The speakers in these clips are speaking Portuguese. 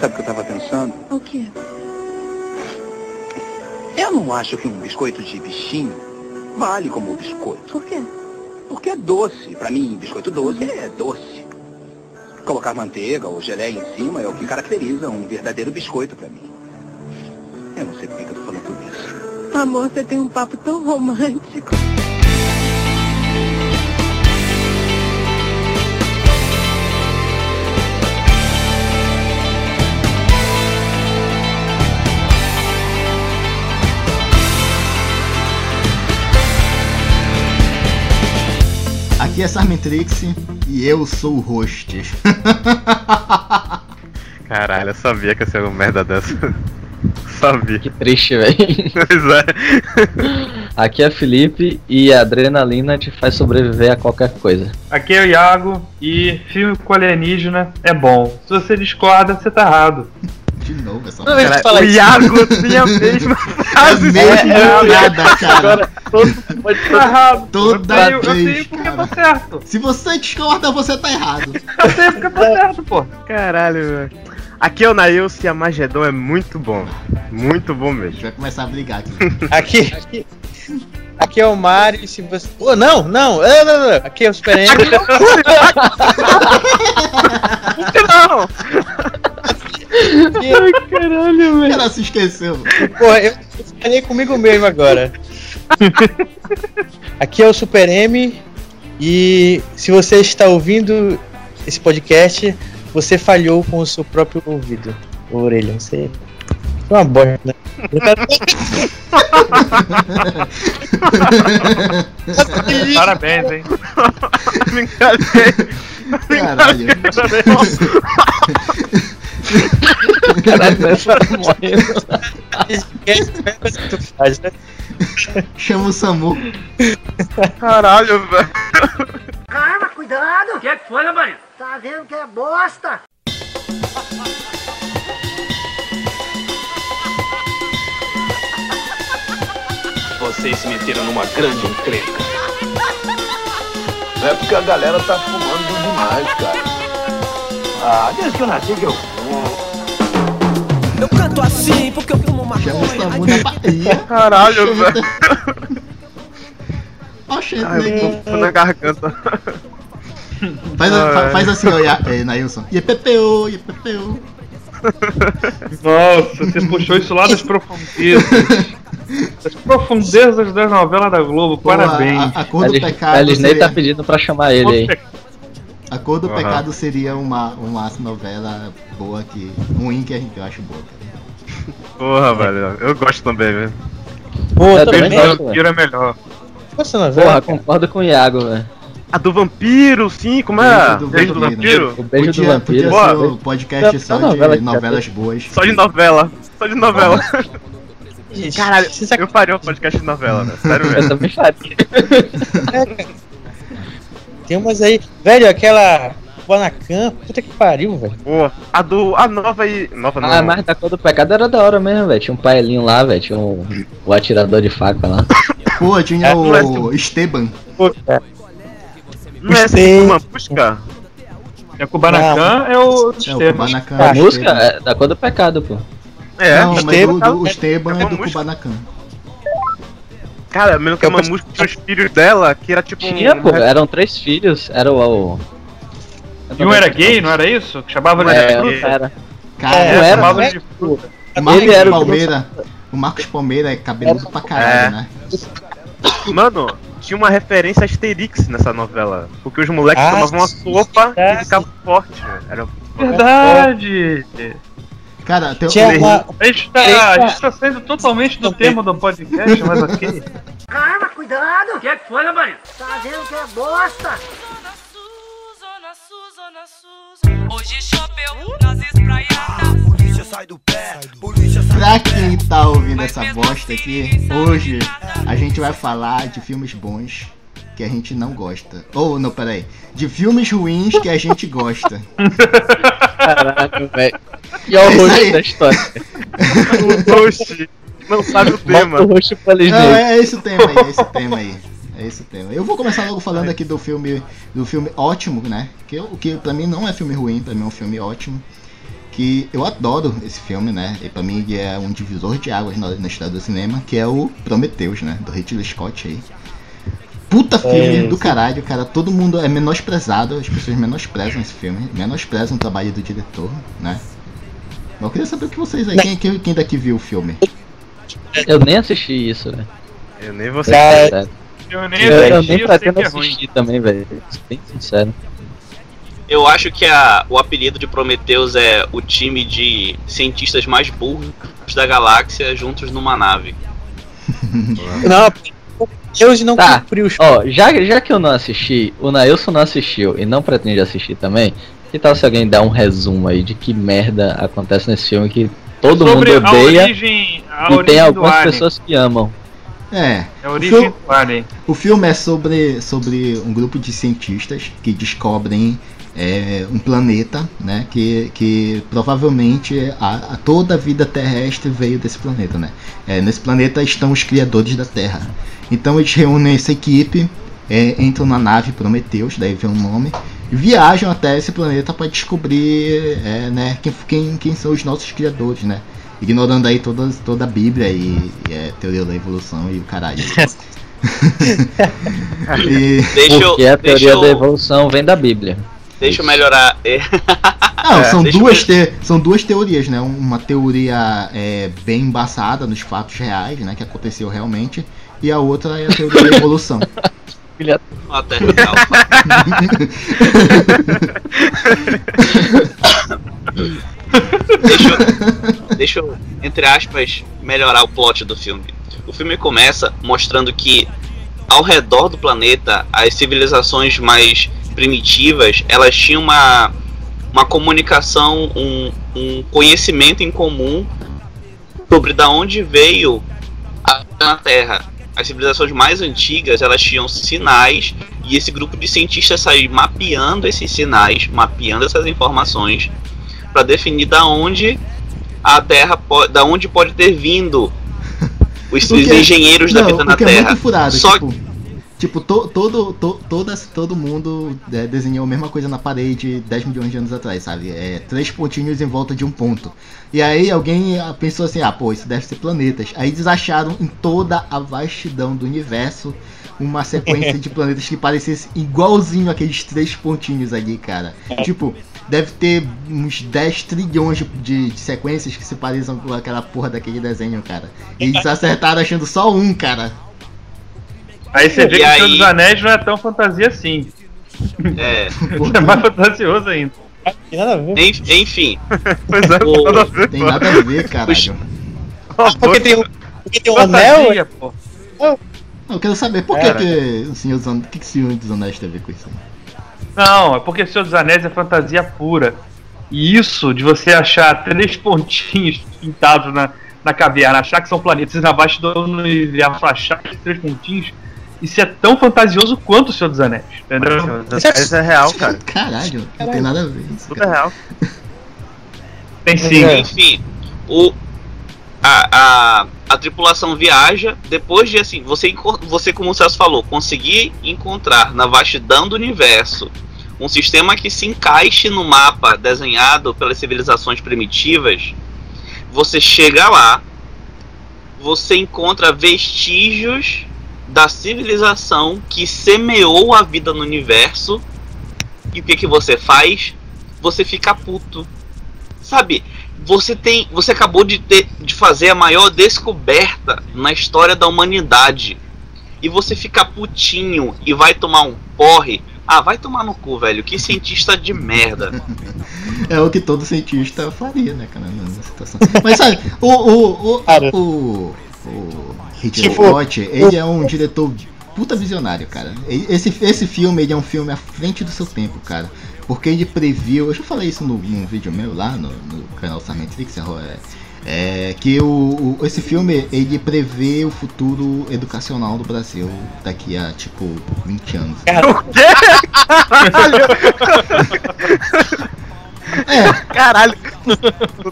Sabe o que eu tava pensando? O quê? Eu não acho que um biscoito de bichinho vale como um biscoito. Por quê? Porque é doce. Pra mim, biscoito doce é doce. Colocar manteiga ou geleia em cima é o que caracteriza um verdadeiro biscoito pra mim. Eu não sei por que que eu tô falando tudo isso. Amor, você tem um papo tão romântico. Aqui é Sarmentrix e eu sou o host. Caralho, eu sabia que ia ser uma merda dessa. sabia. Que triste, velho. Pois é. Aqui é Felipe e a adrenalina te faz sobreviver a qualquer coisa. Aqui é o Iago e filme com alienígena é bom. Se você discorda, você tá errado. De novo essa Não, eu Caralho, falar o isso. Iago tinha a mesma frase. Meio é, nada, cara. Agora, todo pode Tá errado. Toda eu sei, eu sei vez, porque cara. tá certo. Se você discorda, você tá errado. Eu sei porque tá certo, pô. Caralho, velho. Aqui é o Nails e a Magedon é muito bom. Muito A bom gente mesmo. vai começar a brigar aqui. Aqui, aqui, aqui é o Mario. e Se você. Oh, não, não, ah, não, não, Aqui é o Super Angry. Não! Aqui, é- Caralho, velho. Ela se esqueceu. porra, eu eu falei comigo mesmo agora. Aqui é o Super M. E se você está ouvindo esse podcast, você falhou com o seu próprio ouvido. Ou orelha, não sei. Isso é Uma bosta, né? Eu quero- Parabéns, hein. Me engasguei. Me Caralho. engasguei, Nails. Caralho, essa morrendo. Esquece qualquer coisa que tu faz, né? Chama o Samu. Caralho, velho. Calma, cuidado! O que, que foi, Labanha? Tá vendo que é bosta? Vocês se meteram numa grande encrenca. Não é porque a galera tá fumando demais, cara. Ah, desde que eu nasci que eu Chama o Samu da Bahia. Caralho, tá velho. Oxente, Ai, eu tô nego. com na garganta. Faz, a- fa- Ai. faz assim, ó, Ia- é, Nailson. IPPO, IPPO. Nossa, você puxou isso lá das profundezas. Das profundezas das novelas da Globo. Pô, a- Parabéns. A, a cor do pecado. A Lisney seria- tá pedindo pra chamar ele aí. A Cor do Aham. Pecado seria uma, uma novela boa que. ruim que a gente- eu acho boa, cara. Porra, velho. Eu gosto também, velho. Pô, Eu também. também Não, gosto. Vampiro é melhor. essa novela, Porra, cara. concordo com o Iago, velho. A do vampiro, sim, como é? Beijo do Beijo do vampiro. vampiro? O beijo do Podia, podia vampiro. ser Boa. um podcast Não, só não, de novela é de novelas boas. Só de novela. Só de novela. Gente, Caralho, vocês ac- eu faria um podcast de novela, né? Sério Eu mesmo. também faria. Tem umas aí. Velho, aquela. Guanacan, puta que pariu, velho. Boa. A do. A nova e. Nova não. Ah, mas da cor do pecado era da hora mesmo, velho. Tinha um paelinho lá, velho. Tinha um, o atirador de faca lá. Pô, tinha não é o Esteban. não é Gostei. uma busca? É Kubanacan, É é o o sistema. Kubanacan. A Esteban. música é da cor do pecado, pô. Hum, É. Não, mas Esteban. o, do, o Esteban É é, uma do música. Kubanacan. Cara, eu lembro que é uma música dos filhos dela que era tipo. um- Tinha, pô. Eram três filhos. Era o. o... E um era gay, não era isso? Que chamava de É, fruta? o cara. Cara, Não era, o Chamava né? de fruta. Marcos Ele era o- Palmeira. O Marcos Palmeira é cabeludo pra É. caralho, né? Mano, tinha uma referência a Asterix nessa novela. Porque os moleques Ah, tomavam uma sim. sopa Ah, e ficavam fortes. velho. Era Verdade! Cara, tem um Tinha o, uma. A gente, tá, a gente tá saindo totalmente do tema do podcast, mas ok. Calma, cuidado! O que, que foi, Labanha? Tá vendo que é bosta? Hoje choveu nas espraiadas. Pra quem tá ouvindo essa bosta aqui, hoje a gente vai falar de filmes bons que a gente não gosta. Ou, não, peraí. De filmes ruins que a gente gosta. Caralho, velho. E olha o rosto da história. Oxi, não sabe o tema. Bota o rosto pra Não, Lisney. é esse o tema aí, é esse o tema aí. É esse o tema. Eu vou começar logo falando aqui do filme do filme ótimo, né? Que, eu- que pra mim não é filme ruim, pra mim é um filme ótimo. que eu adoro esse filme, né? E pra mim ele é um divisor de águas na, na história do cinema, que é o Prometheus, né? Do Ridley Scott aí. Puta filme É, do sim. caralho, cara. Todo mundo é menosprezado, as pessoas menosprezam esse filme, menosprezam o trabalho do diretor, né? Eu queria saber o que vocês aí, quem, quem- quem daqui viu o filme? Eu nem assisti isso, velho. Eu nem vou Cara, Eu nem Eu, eu assisti, nem eu sei pretendo que é ruim. assistir também, velho. Bem sincero. Eu acho que a- o apelido de Prometheus é o time de cientistas mais burros da galáxia juntos numa nave. Não, Deus não Tá. cumpriu os. Ó, já, já que eu não assisti, o Nailson não assistiu e não pretende assistir também, que tal se alguém dar um resumo aí de que merda acontece nesse filme que todo Sobre mundo odeia a origem, a e tem origem do algumas Alien. pessoas que amam? É, É a origem Então- do Alien. O filme é sobre, sobre um grupo de cientistas que descobrem é, um planeta, né? Que, que provavelmente a, a toda a vida terrestre veio desse planeta, né? É, nesse planeta estão os criadores da Terra. Então eles reúnem essa equipe, é, entram na nave Prometheus, daí vem o nome, e viajam até esse planeta para descobrir é, né, quem, quem, quem são os nossos criadores, né? Ignorando aí todas, toda a Bíblia e, e é, teoria da evolução e o caralho. E- Deixa eu, Porque é a deixa, teoria eu, da evolução vem da Bíblia. deixa eu melhorar. É, Não, É, são, deixa duas te- são duas teorias, né? Uma teoria é, bem embaçada nos fatos reais, né? Que aconteceu realmente. E a outra é a teoria da evolução. até legal. deixa, eu, deixa eu, entre aspas, melhorar o plot do filme. O filme começa mostrando que ao redor do planeta, as civilizações mais primitivas, elas tinham uma, uma comunicação, um, um conhecimento em comum sobre da onde veio a vida na Terra. As civilizações mais antigas, elas tinham sinais e esse grupo de cientistas saiu mapeando esses sinais, mapeando essas informações, para definir da onde a Terra pode, da onde pode ter vindo os, O que é- engenheiros da vida Não, na o que é Terra. muito furado. Só Tipo, tipo to- todo, to- todas- todo mundo é, desenhou a mesma coisa na parede 10 milhões de anos atrás, sabe? É, três pontinhos em volta de um ponto. E aí alguém ah, pensou assim, ah, pô, isso deve ser planetas. Aí eles acharam em toda a vastidão do universo uma sequência de planetas que parecesse igualzinho aqueles três pontinhos ali, cara. Tipo, deve ter uns 10 trilhões de, de- de sequências que se pareçam com aquela porra daquele desenho, cara. E eles acertaram achando só um, cara. Aí você vê E que aí? o Senhor dos Anéis não é tão fantasia assim. É, É mais fantasioso ainda. Tem nada a ver. en- enfim, Pois é, O- nada a ver. Tem nada a ver, caralho. Ah, porque tem, um- porque tem um anel? Fantasia, pô. Eu quero saber por que, Cara. que o Senhor dos Anéis. O que, que o Senhor dos Anéis tem a ver com isso? Não, é porque Senhor dos Anéis é fantasia pura. E isso de você achar três pontinhos pintados na, na caverna, achar que são planetas e na baixa do universo, achar que são três pontinhos, isso é tão fantasioso quanto o Senhor dos Anéis, entendeu? Isso é real, cara. Caralho, não tem nada a ver isso, Tudo é cara. real. Tem sim. É. enfim, o a, a, a tripulação viaja depois de assim, você enco- você como o Celso falou, conseguir encontrar na vastidão do universo um sistema que se encaixe no mapa desenhado pelas civilizações primitivas. Você chega lá, você encontra vestígios da civilização que semeou a vida no universo. E o que que você faz? Você fica puto. Sabe? Você tem, você acabou de ter de fazer a maior descoberta na história da humanidade. E você fica putinho e vai tomar um porre. Ah, vai tomar no cu, velho. Que cientista de merda. É o que todo cientista faria, né, cara, nessa situação. Mas sabe, o. O. O. Cara. o, o Ridley Tipo, Scott, ele é um diretor puta visionário, cara. E- Esse, esse filme, ele é um filme à frente do seu tempo, cara. Porque ele previu. Eu já falei isso no- num vídeo meu lá no, no canal Sarmentrix, é, é, que o, o- esse filme ele prevê o futuro educacional do Brasil daqui a tipo 20 anos. É, Caralho.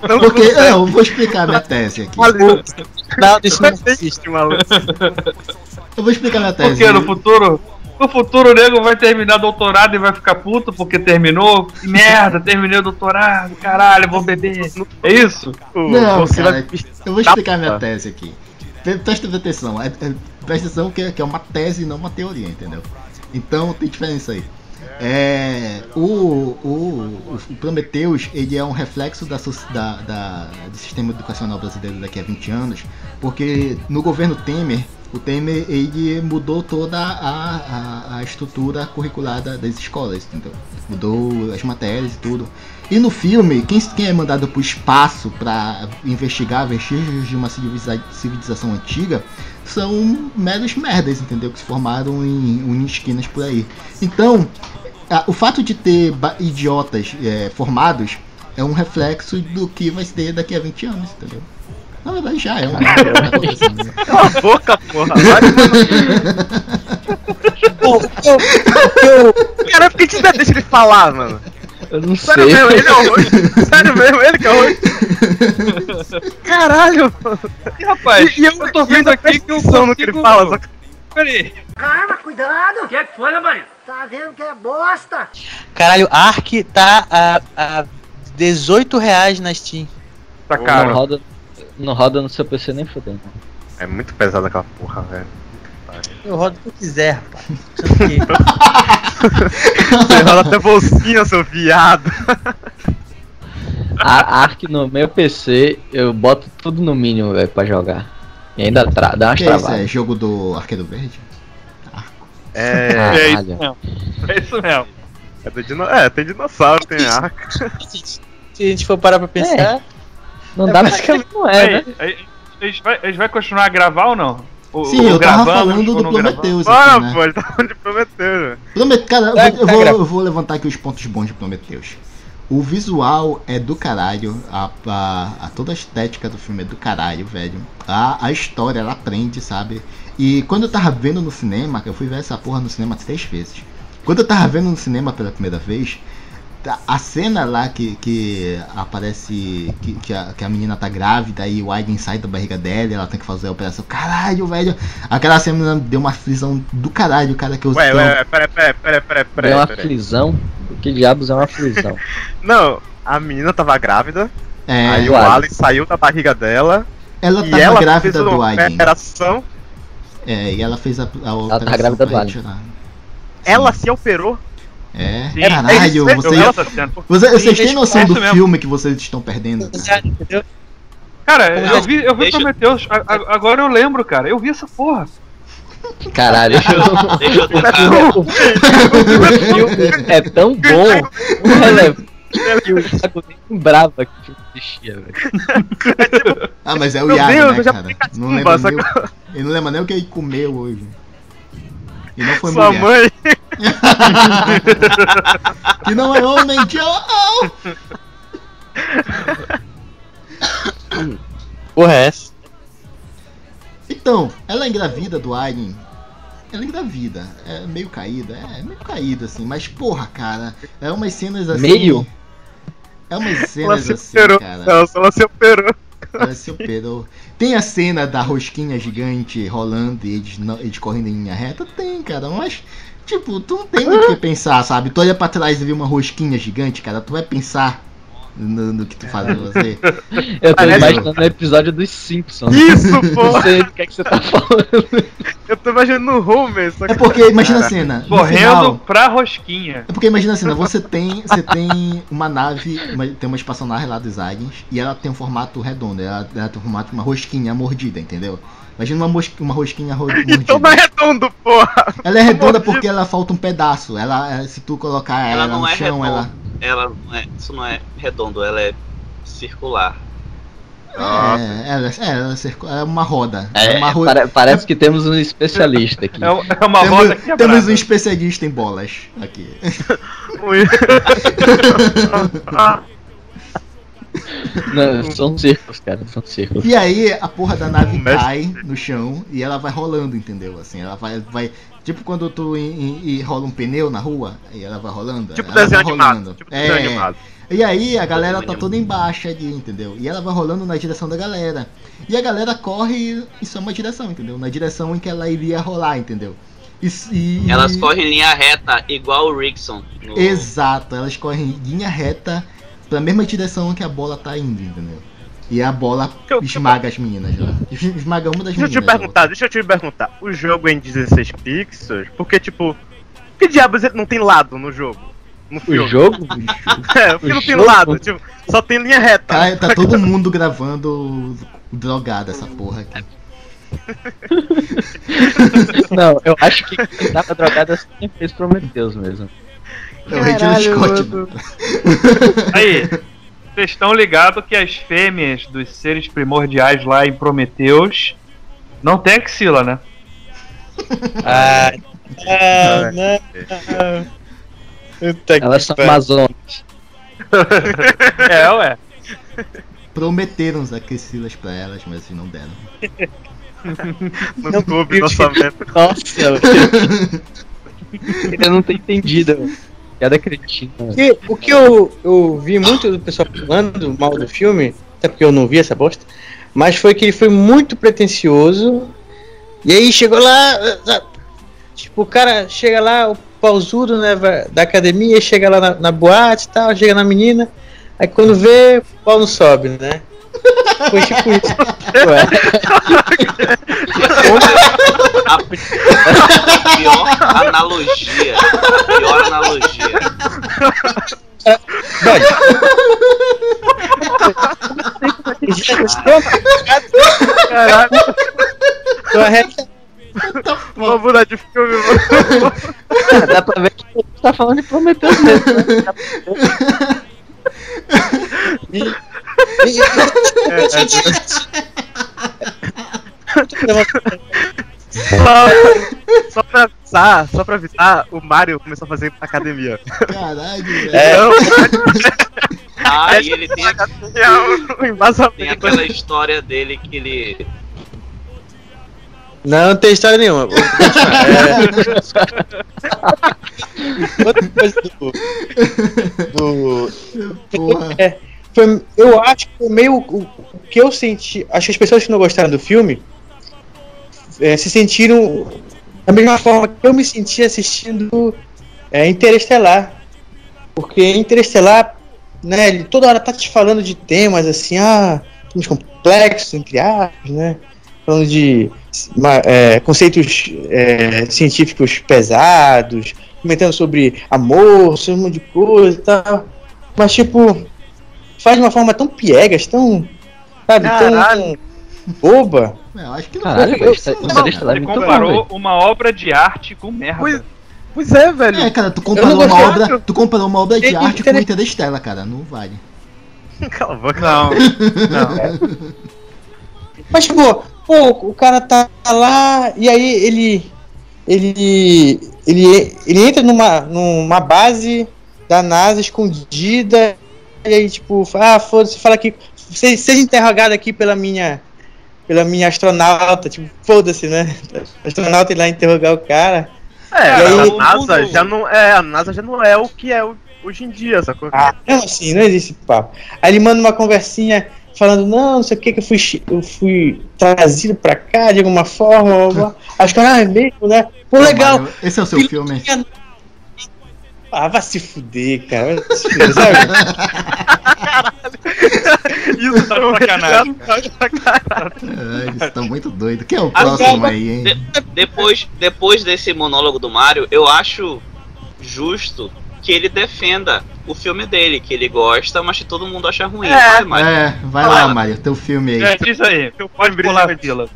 Não, porque é, eu vou explicar minha tese aqui. Não, isso não existe. existe, maluco. Eu vou explicar minha tese. Porque no futuro, No futuro o nego vai terminar doutorado e vai ficar puto porque terminou. Que merda, terminei o doutorado, caralho, vou beber. É isso? Não, Você cara, vai- eu vou explicar minha tese aqui. Pre- Presta atenção, é- é- presta atenção que, é- que é uma tese e não uma teoria, entendeu? Então tem diferença aí. É, o, o, o Prometheus ele é um reflexo da, soci- da- da- do sistema educacional brasileiro daqui a 20 anos, porque no governo Temer, o Temer ele mudou toda a, a- a estrutura curricular da- das escolas, entendeu? Mudou as matérias e tudo. E no filme, quem, quem é mandado pro espaço para investigar vestígios de uma civiliza- civilização antiga são meros merdas, entendeu? Que se formaram em, em esquinas por aí. Então, a- o fato de ter ba- idiotas é, formados é um reflexo do que vai ter daqui a 20 anos, entendeu? Na verdade já é um. Cala a boca, porra. Cara, por que você ainda deixa ele falar, mano? Eu não Sério sei. mesmo, ele é ruim. Sério mesmo, ele que é ruim. Caralho, mano. E, rapaz, E eu- eu tô e vendo ainda aqui presta que eu atenção no que ele fala, só Peraí. Calma, cuidado! O que é que foi, Lamarinho? Tá vendo que é bosta? Caralho, Ark tá a, a 18 reais na Steam. Tá Não caro. roda, não roda no seu PC nem fodendo. É muito pesado aquela porra, velho. Eu rodo o que eu quiser, pô. Só que- Você rola até bolsinha, seu viado. A Ark no meu PC, eu boto tudo no mínimo, velho, pra jogar. E ainda tra- dá umas que é isso? É travadas. jogo do Arqueiro Verde? É, É isso Caralho. mesmo. É isso mesmo. é, do dino... é tem dinossauro, tem arca. Se a gente for parar pra pensar, Não É dá pra dizer basicamente- que não é, né? Peraí, aí, a gente vai, a gente vai continuar a gravar ou não? O- Sim, o eu tava gravando, falando ou do não gravando? Prometheus Bora, aqui, né? pô, ele tá onde prometeu. Prome- Cara, eu Tá- É, vou- eu, tá vou, gravando. eu vou levantar aqui os pontos bons de Prometheus. O visual é do caralho, a, a- a- toda a estética do filme é do caralho, velho. A, a história, ela prende, sabe? E quando eu tava vendo no cinema, que eu fui ver essa porra no cinema três vezes. Quando eu tava vendo no cinema pela primeira vez, a- a cena lá que, que aparece que, que, a, que a menina tá grávida e o Aiden sai da barriga dela e ela tem que fazer a operação. Caralho, velho! Aquela cena deu uma frisão do caralho, cara, que eu Ué, eu- ué, ué, pera, pera, pera, pera, é pera, uma pera. aflição. Que diabos é uma aflição? Não, a menina tava grávida, É, aí o claro. Alan saiu da barriga dela ela e tava ela fez é, grávida uma do Aiden. operação. É, e ela fez a, a tá operação pra grávida do Aiden. retirar. Ela se operou. É, Sim, é caralho, isso mesmo, vocês, ela tá sendo- vocês, vocês têm Sim, noção é do isso mesmo. filme que vocês estão perdendo? É. cara? entendeu? Cara, eu vi, eu vi Deixa- Prometheus, a- a- agora eu lembro, cara. Eu vi essa porra. Caralho, Deixa eu tocar. o filme é tão bom, tão relevante, que o Thiago nem lembrava que o filme existia, velho. Ah, mas é o Meu Iago, Deus, né, eu já cara? fui Não cacumba, lembra só nem, o- ele não lembra nem o que ele comeu hoje. E não foi Sua mulher. mãe. Que não é homem, Joe! Porra, é essa? Então, ela é engravida do Aiden. Ela é engravida, é meio caída, é meio caída assim, mas porra, cara, é umas cenas assim. Meio? É umas Ela cenas se assim, operou. cara. Ela, ela se operou. Parece o Pedro. Tem a cena da rosquinha gigante rolando e eles, não- eles correndo em linha reta? Tem, cara, mas. Tipo, tu não tem muito o que pensar, sabe? Tu olha pra trás e vê uma rosquinha gigante, cara, tu vai pensar no, no que tu faz com você. Eu tô Parece- imaginando o episódio dos Simpsons. Isso, Não pô! sei do que, é que você tá falando. Eu tô imaginando o Homer, só que. É porque, imagina a cena. no Correndo final- pra rosquinha. É porque imagina assim, né? você tem, você tem uma nave, uma- tem uma espaçonave lá dos aliens, e ela tem um formato redondo, ela, ela tem um formato de uma rosquinha mordida, entendeu? Imagina uma, mos- uma rosquinha ro- mordida. Então não é redondo, porra! Ela é redonda Mordida. porque ela falta um pedaço. Ela, ela- se tu colocar ela, Ela não no é chão, redonda. ela. Ela não é. Isso não é redondo, ela é circular. Nossa. É, ela, é, ela, circu- ela é uma roda. É, uma ro- pare- parece que temos um especialista aqui. É, um- é uma Temos, roda quebrada. temos um especialista em bolas aqui. Tipo um Não, são círculos, cara, são círculos. E aí a porra da nave Um Mestre. cai no chão e ela vai rolando, entendeu? Assim, ela vai. vai tipo quando tu em- em- e rola um pneu na rua e ela vai rolando. tipo ela vai desenho animado. rolando. Tipo é, desenho animado. E aí a galera tá toda embaixo ali, entendeu? E ela vai rolando na direção da galera. E a galera corre em só uma direção, entendeu? Na direção em que ela iria rolar, entendeu? E, s- e- Elas correm em linha reta, igual o Rickson. no- Exato, elas correm em linha reta pra mesma direção que a bola tá indo, entendeu? E a bola esmaga as meninas lá. Es- Esmaga uma das Deixa eu meninas. né? te perguntar, deixa eu te perguntar. O jogo é em 16 pixels? Porque, tipo, que diabos ele não tem lado no jogo? No filme? jogo? é, o filme não tem jogo? lado, tipo, só tem linha reta. Cara, tá todo mundo gravando drogado essa porra aqui. Não, eu acho que quem dava drogada sempre fez Prometheus mesmo. É o Reginald Scott. né? Aí, vocês estão ligados que as fêmeas dos seres primordiais lá em Prometeus não tem axila, né? Ah, não, Né? não. Puta que Elas são pariu. amazonas. É, ué. Prometeram os aquecidas pra elas, mas não deram. No clube, no orçamento. Nossa, Eu não tenho entendido. Piada cretina. o que, o que eu, eu vi muito do pessoal falando mal do filme, até porque eu não vi essa bosta, mas foi que ele foi muito pretencioso. E aí chegou lá. ah, ah, Tipo, o cara chega lá, o pausudo, né, vai- da academia, chega lá na, na boate e tal, chega na menina, aí quando vê, o pau não sobe, né? Foi tipo isso. A pi- pior analogia. Pior analogia. Caralho, Correto. vou mudar de filme, mano. Dá pra ver que você tá falando de Prometheus mesmo. né? Só, só pra avisar, só pra avisar, o Mario começou a fazer academia. Caralho, velho. É, Então, Ah, e ele tem, a- é um tem embasamento. aquela história dele que ele. Não, não tem história nenhuma. É. Outra coisa do. do- Porra. é, foi- eu acho que foi meio. O, o que eu senti. Acho que as pessoas que não gostaram do filme é, se sentiram da mesma forma que eu me senti assistindo é, Interestelar. Porque Interestelar, né, ele toda hora tá te falando de temas assim, ah, temas complexos, entre aspas, né? Falando de ma- é, conceitos é, científicos pesados, comentando sobre amor, sobre um monte de coisa e tal. Mas, tipo, faz de uma forma tão piegas, tão. Sabe, Caralho. tão boba. Não, eu acho que não. Caralho, foi. velho, você Não. deixa lá Ele é muito bom, comparou velho. uma obra de arte com merda. Pois, pois é, velho. É, cara, tu Eu comparou não uma gostei obra, tu comparou uma obra de Ele arte com inter- Interestela, cara, não vale. Cala a boca. Não, não. Mas, tipo, pô, o cara tá lá e aí ele. Ele. Ele, ele entra numa, numa base da NASA escondida. E aí, tipo, fa- ah, foda-se, fala aqui. se- Seja interrogado aqui pela minha. Pela minha astronauta, tipo, foda-se, né? A astronauta ir lá interrogar o cara. É, E aí, a o NASA mundo- já não é, a NASA já não é o que é ho- hoje em dia, sacou? Ah, não, assim, não existe papo. Aí ele manda uma conversinha falando, não, não sei o que, que eu fui, chi- eu fui trazido pra cá de alguma forma, blá, blá, blá. Acho que ah, é mesmo, né? Pô, legal. Mario, Esse é o seu Filho- filme. Ah, vai se fuder, cara. Vai se fuder, sabe? Isso é tá de sacanagem, Ai, É, eles tão muito doido. Quem é o Ah, próximo cara, aí, hein? Depois, depois desse monólogo do Mario, eu acho justo que ele defenda o filme dele, que ele gosta, mas que todo mundo acha ruim. Vai, Mario. É, vai lá, Mario, teu filme aí. É, diz aí. Pode pular a fila.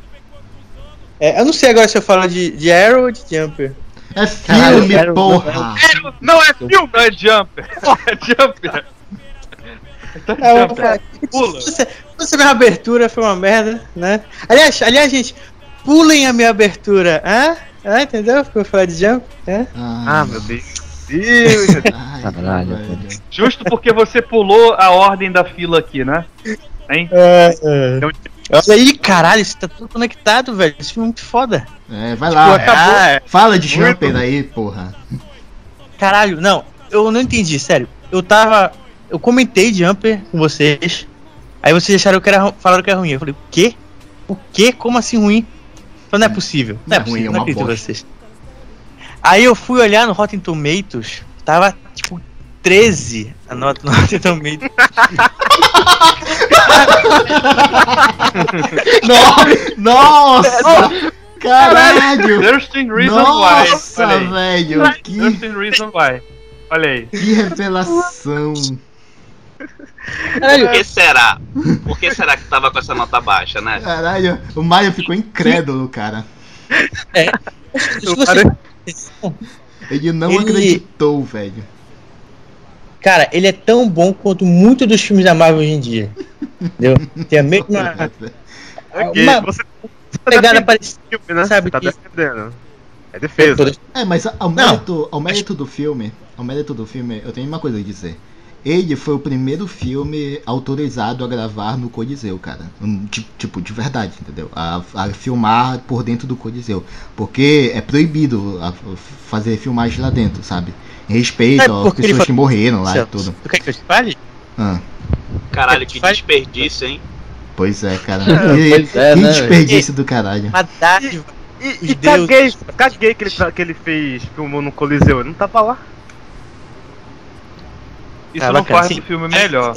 É, eu não sei agora se eu falo de, de Arrow ou de Jumper. É Caralho, eu filme, quero- porra! Não é filme, é jumper. É jumper. Ah, eu- Jumper. Pula. Essa, essa minha abertura foi uma merda, né? Aliás, aliás, gente, pulem a minha abertura, hã? Hã? entendeu? Porque eu falei de Jumper, né? Ah, meu Deus. Ih, meu Deus. Ai, Caralho, velho. Justo porque você pulou a ordem da fila aqui, né? Então, Olha aí, caralho, isso tá tudo conectado, velho. Isso foi muito foda. É, vai Pô, lá. Tipo, acabou. Fala de Jumper aí, porra. Caralho, não, eu não entendi, sério. Eu tava. Eu comentei Jumper com vocês. Aí vocês acharam que era, ru- falaram que era ruim. Eu falei, o quê? O quê? Como assim ruim? Eu Falei, não é possível. Não é, Não é ruim, possível, é não uma acredito em bosta. vocês. Aí eu fui olhar no Rotten Tomatoes, tava tipo 13 a nota no Rotten Tomatoes. No- Nossa! Caralho! There's ten reasons why. Nossa, Olha aí. velho! There's Que, ten reasons why. Olha aí. que revelação! Por que será? Por que será que tava com essa nota baixa, né? Caralho, o Mario ficou incrédulo, cara. Se você- Ele não Ele- acreditou, velho. Cara, ele é tão bom quanto muitos dos filmes da Marvel hoje em dia. Entendeu? Tem a mesma. Ok, Uma você, você tá pegada defendendo parecida. o filme, né? sabe Você tá que- defendendo. É defesa. É, mas ao mérito, ao mérito do filme, ao mérito do filme, eu tenho uma coisa a dizer. Ele foi o primeiro filme autorizado a gravar no Coliseu, cara. Hum, ti- Tipo, de verdade, entendeu? A, a filmar por dentro do Coliseu. Porque é proibido a- fazer filmagem lá dentro, sabe? Em Sabe respeito às por que ele pessoas foi- que morreram lá e Celso, tudo. Tu quer que eu te fale? Ah, Caralho, que desperdício, hein? pois é, cara. pois Que, é, que né, desperdício do caralho. Uma dádiva. E, Os e deuses. caguei, caguei que ele, tá- que ele fez, filmou no Coliseu, ele não tava lá. Isso Ah, não bacana, faz sim. do filme É melhor.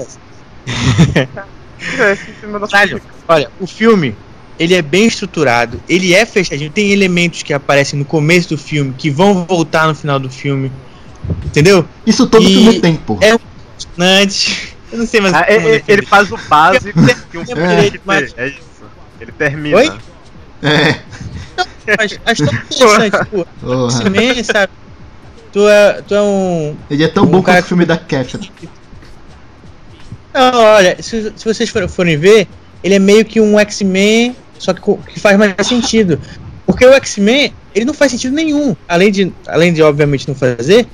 É, esse filme é nosso Caralho, olha, o filme, ele é bem estruturado, ele é fechadinho, tem elementos que aparecem no começo do filme, que vão voltar no final do filme. Entendeu? Isso todo E- filme tem, porra. É Nantes. Eu não sei mais Ah, como ele, ele- defender. ele faz o básico que um filme É. tem que ter, é isso. Ele termina. Oi? É. Mas acho tão interessante, pô. porra. Você nem sabe. Tu é, tu é um. Ele é tão Um bom cara quanto o filme da Catherine. Não, olha, se, se vocês for- forem ver, ele é meio que um X-Men, só que, co- que faz mais sentido. Porque o X-Men, ele não faz sentido nenhum. Além de, além de, obviamente, não fazer,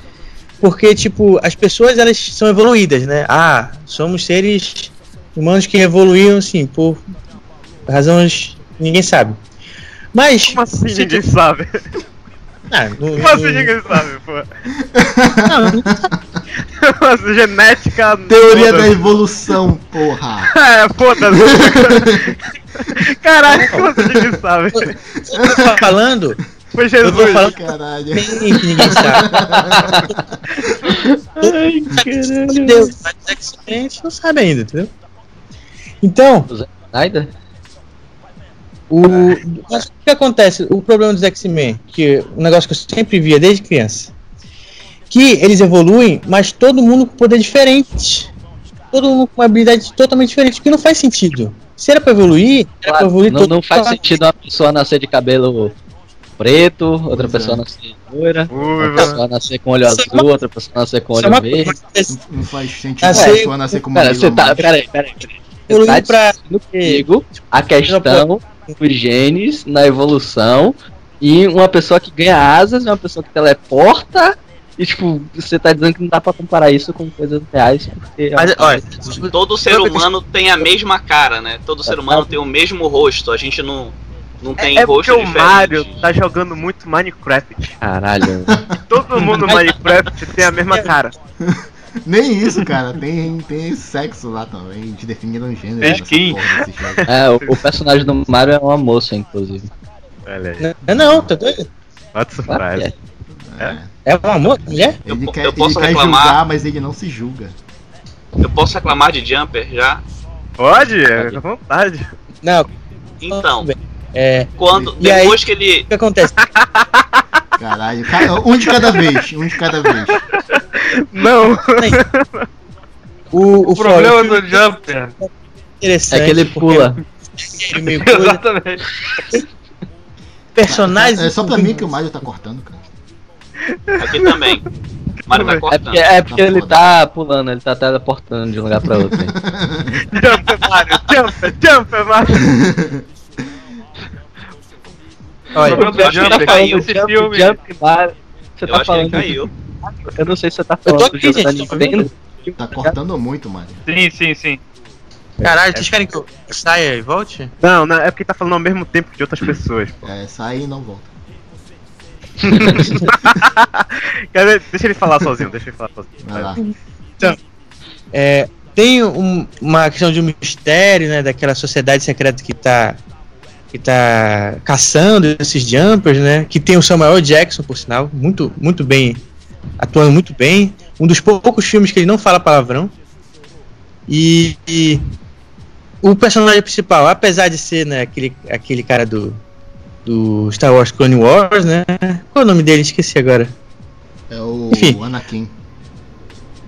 porque, tipo, as pessoas, elas são evoluídas, né? Ah, somos seres humanos que evoluíram, assim, por razões que ninguém sabe. Mas... Como assim se tu- ninguém sabe? Ah, não- Como assim não- ninguém sabe, pô? não, Nossa, genética. Teoria da foda-se. evolução, porra. É, foda-se. Caralho, como assim ninguém sabe? eu tô falando, Foi eu tô Jesus. falando Caralho. bem que ninguém sabe. Deus, mas X-Men a gente não sabe ainda, entendeu? Então, Snyder? o, mas o que acontece? O problema dos X-Men, que é um negócio que eu sempre via desde criança, que eles evoluem, mas todo mundo com poder diferente. Todo mundo com uma habilidade totalmente diferente, que não faz sentido. Se era pra evoluir, era pra evoluir não, todo não faz mundo. sentido uma pessoa nascer de cabelo preto, outra Pois pessoa é. nascer loira, outra Uiva. pessoa nascer com olho Isso é uma- azul, outra pessoa nascer com Isso é olho uma verde. coisa, mas Não faz sentido Ah, a sei. pessoa nascer com Pera, mamilo você tá, amarelo. peraí, peraí. peraí. Você tá evoluir pra discutindo comigo a questão dos genes na evolução e uma pessoa que ganha asas e uma pessoa que teleporta. E tipo, você tá dizendo que não dá pra comparar isso com coisas reais, porque. é Mas, olha, Todo ser humano tem a mesma cara, né? Todo É, ser tá. humano tem o mesmo rosto. A gente não, não tem É, é porque rosto o diferente. Mario tá jogando muito Minecraft. Caralho. né? Todo mundo no Minecraft tem a mesma cara. Nem isso, cara. Tem, tem sexo lá também. Te definiram um gênero. Tem nessa skin. porra desse jogo. É, o, o personagem do Mario é uma moça, inclusive. Olha aí. Não, não, tá doido? What Claro que surprise. é. É. É um amor, mulher? Eu Ele po- quer, eu posso ele quer reclamar? julgar, mas ele não se julga. Eu posso reclamar de Jumper já? Pode? É à vontade. Não, Então, é. quando E aí- depois que ele O que acontece? Caralho. Ca- Um de cada vez. Um de cada vez. Não. O, é O problema é do Jumper. interessante. É que ele porque pula. ele meio coisa, Exatamente. personagens. É só pra mim que o Mario tá cortando, cara. aqui também. Mario tá É cortando. porque, é porque ele tá pulando, ele tá teleportando de um lugar pra outro. hein. Jumper Mario, jumper, jumper Mario. O Olha, problema do acho que ele tá Jumper caiu. esse filme. Jump Mario. Você tá Eu acho que ele falando. caiu. Eu não sei se você tá tô falando do aqui, jogo da gente, tá vendo? Nintendo. Tá cortando muito, Mario. Sim, sim, sim. Caralho, vocês querem que eu saia e volte? Não, não, é porque tá falando ao mesmo tempo de outras pessoas. É, sai e não volta. Quer ver? Deixa ele falar sozinho, deixa ele falar sozinho. Vai lá. É, tem um- uma questão de um mistério, né? Daquela sociedade secreta que tá que tá caçando esses jumpers, né? Que tem o Samuel Jackson, por sinal, muito, muito bem, atuando muito bem. Um dos poucos filmes que ele não fala palavrão. E, e o personagem principal, apesar de ser né, aquele, aquele cara do, do Star Wars Clone Wars, né? Qual é o nome dele? Esqueci agora. É o Enfim. Anakin.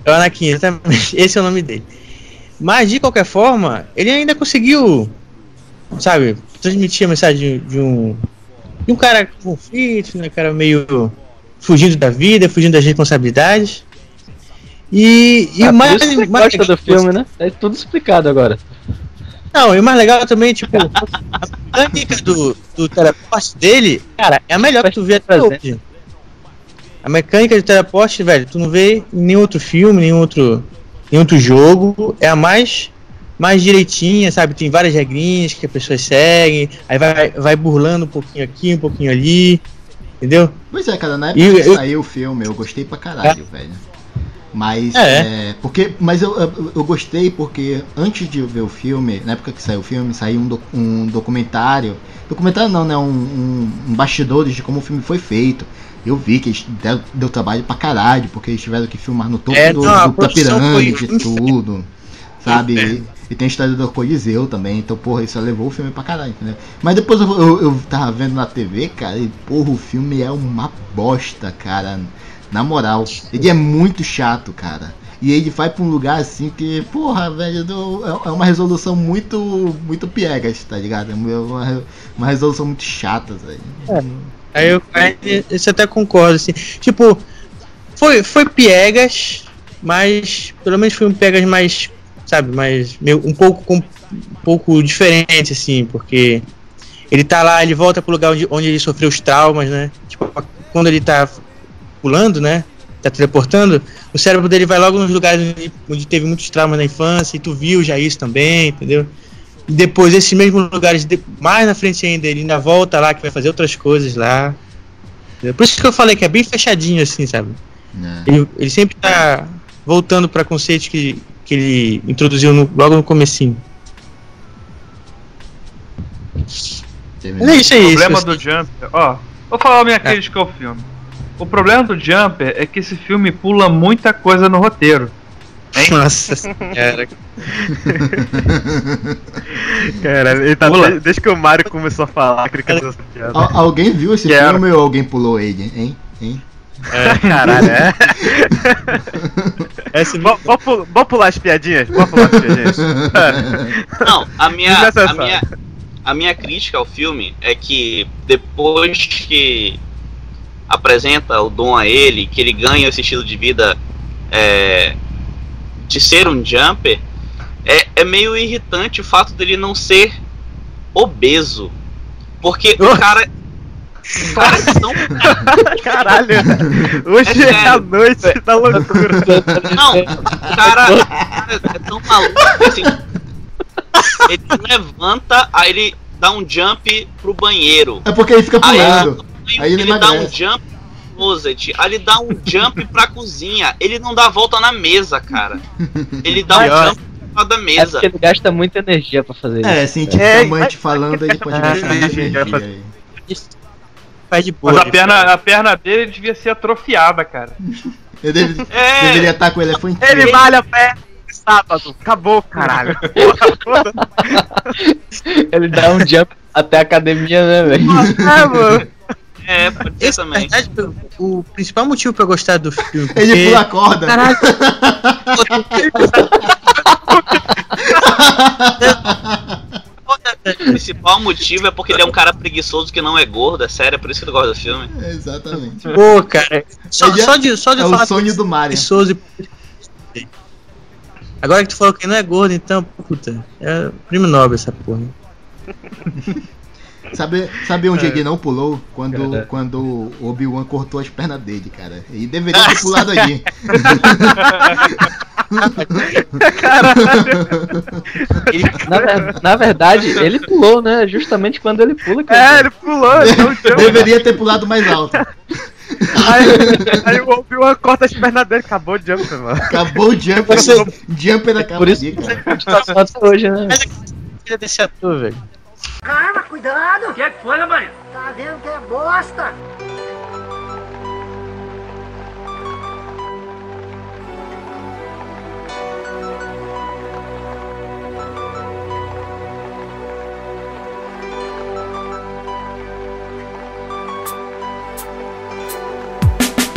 É o Anakin, exatamente. Esse é o nome dele. Mas de qualquer forma, ele ainda conseguiu, sabe, transmitir a mensagem de, de um de um cara com conflito, né, cara meio fugindo da vida, fugindo das responsabilidades. E, e Ah, o por mais, isso que você mais gosta do filme, né? É tudo explicado agora. Não, e o mais legal também, tipo, a mecânica do, do teleporte dele, cara, é a melhor que tu vê até hoje. A mecânica de teleporte, velho, tu não vê em nenhum outro filme, nenhum outro, nenhum outro jogo. É a mais, mais direitinha, sabe? Tem várias regrinhas que as pessoas seguem, aí vai, vai burlando um pouquinho aqui, um pouquinho ali, entendeu? Pois é, cara, na época E que eu- saiu o filme, eu gostei pra caralho, velho. Mas, É. é, porque, mas eu, eu, eu gostei porque antes de eu ver o filme, na época que saiu o filme, saiu um, doc- um documentário. Documentário não, né? Um, um, um bastidores de como o filme foi feito. Eu vi que eles deram- deu trabalho pra caralho, porque eles tiveram que filmar no topo É, do, não, a do- da produção pirâmide foi um e tudo. Sabe? E, e tem a história do Coliseu também, então, porra, isso levou o filme pra caralho, entendeu? Mas depois eu, eu, eu tava vendo na TV, cara, e porra, o filme é uma bosta, cara. Na moral, ele é muito chato, cara. E ele vai pra um lugar assim que, porra, velho, do- é é uma resolução muito. muito piegas, tá ligado? É uma, re- uma resolução muito chata, velho. Aí eu, aí isso eu até concordo, assim. Tipo, foi, foi piegas, mas pelo menos foi um piegas mais, sabe, mais meio- um pouco com- um pouco diferente, assim, porque ele tá lá, ele volta pro lugar onde, onde ele sofreu os traumas, né? Tipo, quando ele tá pulando, né? Tá teleportando, o cérebro dele vai logo nos lugares onde, onde teve muitos traumas na infância, e tu viu já isso também, entendeu? E depois, esses mesmos lugares, de- mais na frente ainda, ele ainda volta lá, que vai fazer outras coisas lá. Entendeu? Por isso que eu falei que é bem fechadinho, assim, sabe? né? Ele, ele sempre tá voltando pra conceitos que, que ele introduziu no- logo no comecinho. Mas é isso É. aí. O problema isso, do Jumper, ó, vou falar a minha crítica ao filme. O problema do Jumper é que esse filme pula muita coisa no roteiro. Hein? Nossa senhora. Cara, ele tá Pula. desde, desde que o Mario começou a falar, que ele quer fazer essa piada. Al- alguém viu esse Quero. filme ou alguém pulou ele, hein? Hein? Caralho, é. Esse- Vamos- Vamos pu- vamos pular as piadinhas? Vamos pular as piadinhas. Não, a minha, a Desnecessário. minha, a minha crítica ao filme é que depois que apresenta o dom a ele, que ele ganha esse estilo de vida é, de ser um jumper, é, é meio irritante o fato dele não ser obeso. Porque o cara. O cara é tão Caralho, hoje É é, a sério. noite da loucura. Não, o cara, o cara é tão maluco que, assim. Ele levanta, aí ele dá um jump pro banheiro. É porque ele fica Aí, pulando. Aí ele Ah, ele, dá um emagrece. jump pro closet. Aí ele dá um jump pra cozinha. Ele não dá a volta na mesa, cara. Ele dá um Pior. jump pra da É mesa. porque ele gasta muita energia pra fazer É, isso. sentindo É, é, amante falando, ele pode Ah, gastar muita gente, energia vai aí. Faz de Mas boa. a perna, a perna dele devia ser atrofiada, cara. Eu deve- É. deveria estar com o elefante. Ele malha pé de sábado. Acabou, caralho. Ele dá um jump até a academia, né, velho? É, mano. É, pode ser Esse, na também. verdade, o, o principal motivo pra eu gostar do filme. Ele porque- pula a corda. Caralho. O principal motivo é porque ele é um cara preguiçoso que não é gordo, é sério, é por isso que eu gosto do filme. É, Exatamente. Pô, cara. Só, Ele é- só de, só de É o falar sonho do Mario. preguiçoso e- Agora que tu falou que não é gordo, então, puta, é prêmio Nobel essa porra. Sabe, sabe onde ele não pulou? Quando, quando o Obi-Wan cortou as pernas dele, cara. E deveria ter pulado ali. Na, ver- na verdade, ele pulou, né? Justamente quando ele pula. que É, ele pulou. ele deu um jump. Deveria ter pulado mais alto. Aí, aí o Obi-Wan corta as pernas dele. Acabou o jump, mano. Acabou o Jumper. Jumper acabou Por isso ali, que você cara. continua foto tá hoje, né? Filha desse ator, velho. Calma, cuidado! O que é que foi, Labarinho? Tá vendo que é bosta?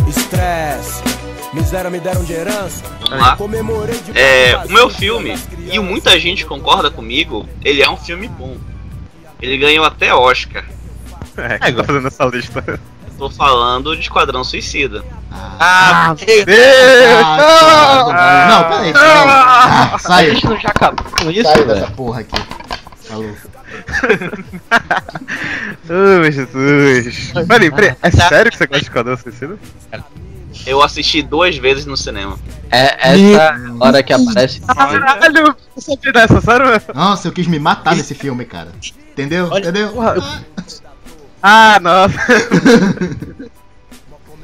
Estresse. Miséria me deram de herança. Vamos lá. Comemorei de É, o meu filme, e muita gente concorda comigo, ele é um filme bom. Ele ganhou até Oscar. É, que tá fazendo essa lista. Tô falando de Esquadrão Suicida. Ah, meu Ah, ah, não, peraí. peraí. Ah, A saiu. gente não já acabou com isso, Saiu velho? dessa porra aqui. Tá Falou. Ô, Jesus. Peraí, peraí, é sério que você gosta de Esquadrão Suicida? Eu assisti duas vezes no cinema. É essa hora que aparece. Caralho, eu sabia dessa, sério mesmo? Nossa, eu quis me matar nesse filme, cara. Entendeu? Olha- Entendeu? Porra, eu- Ah, nossa.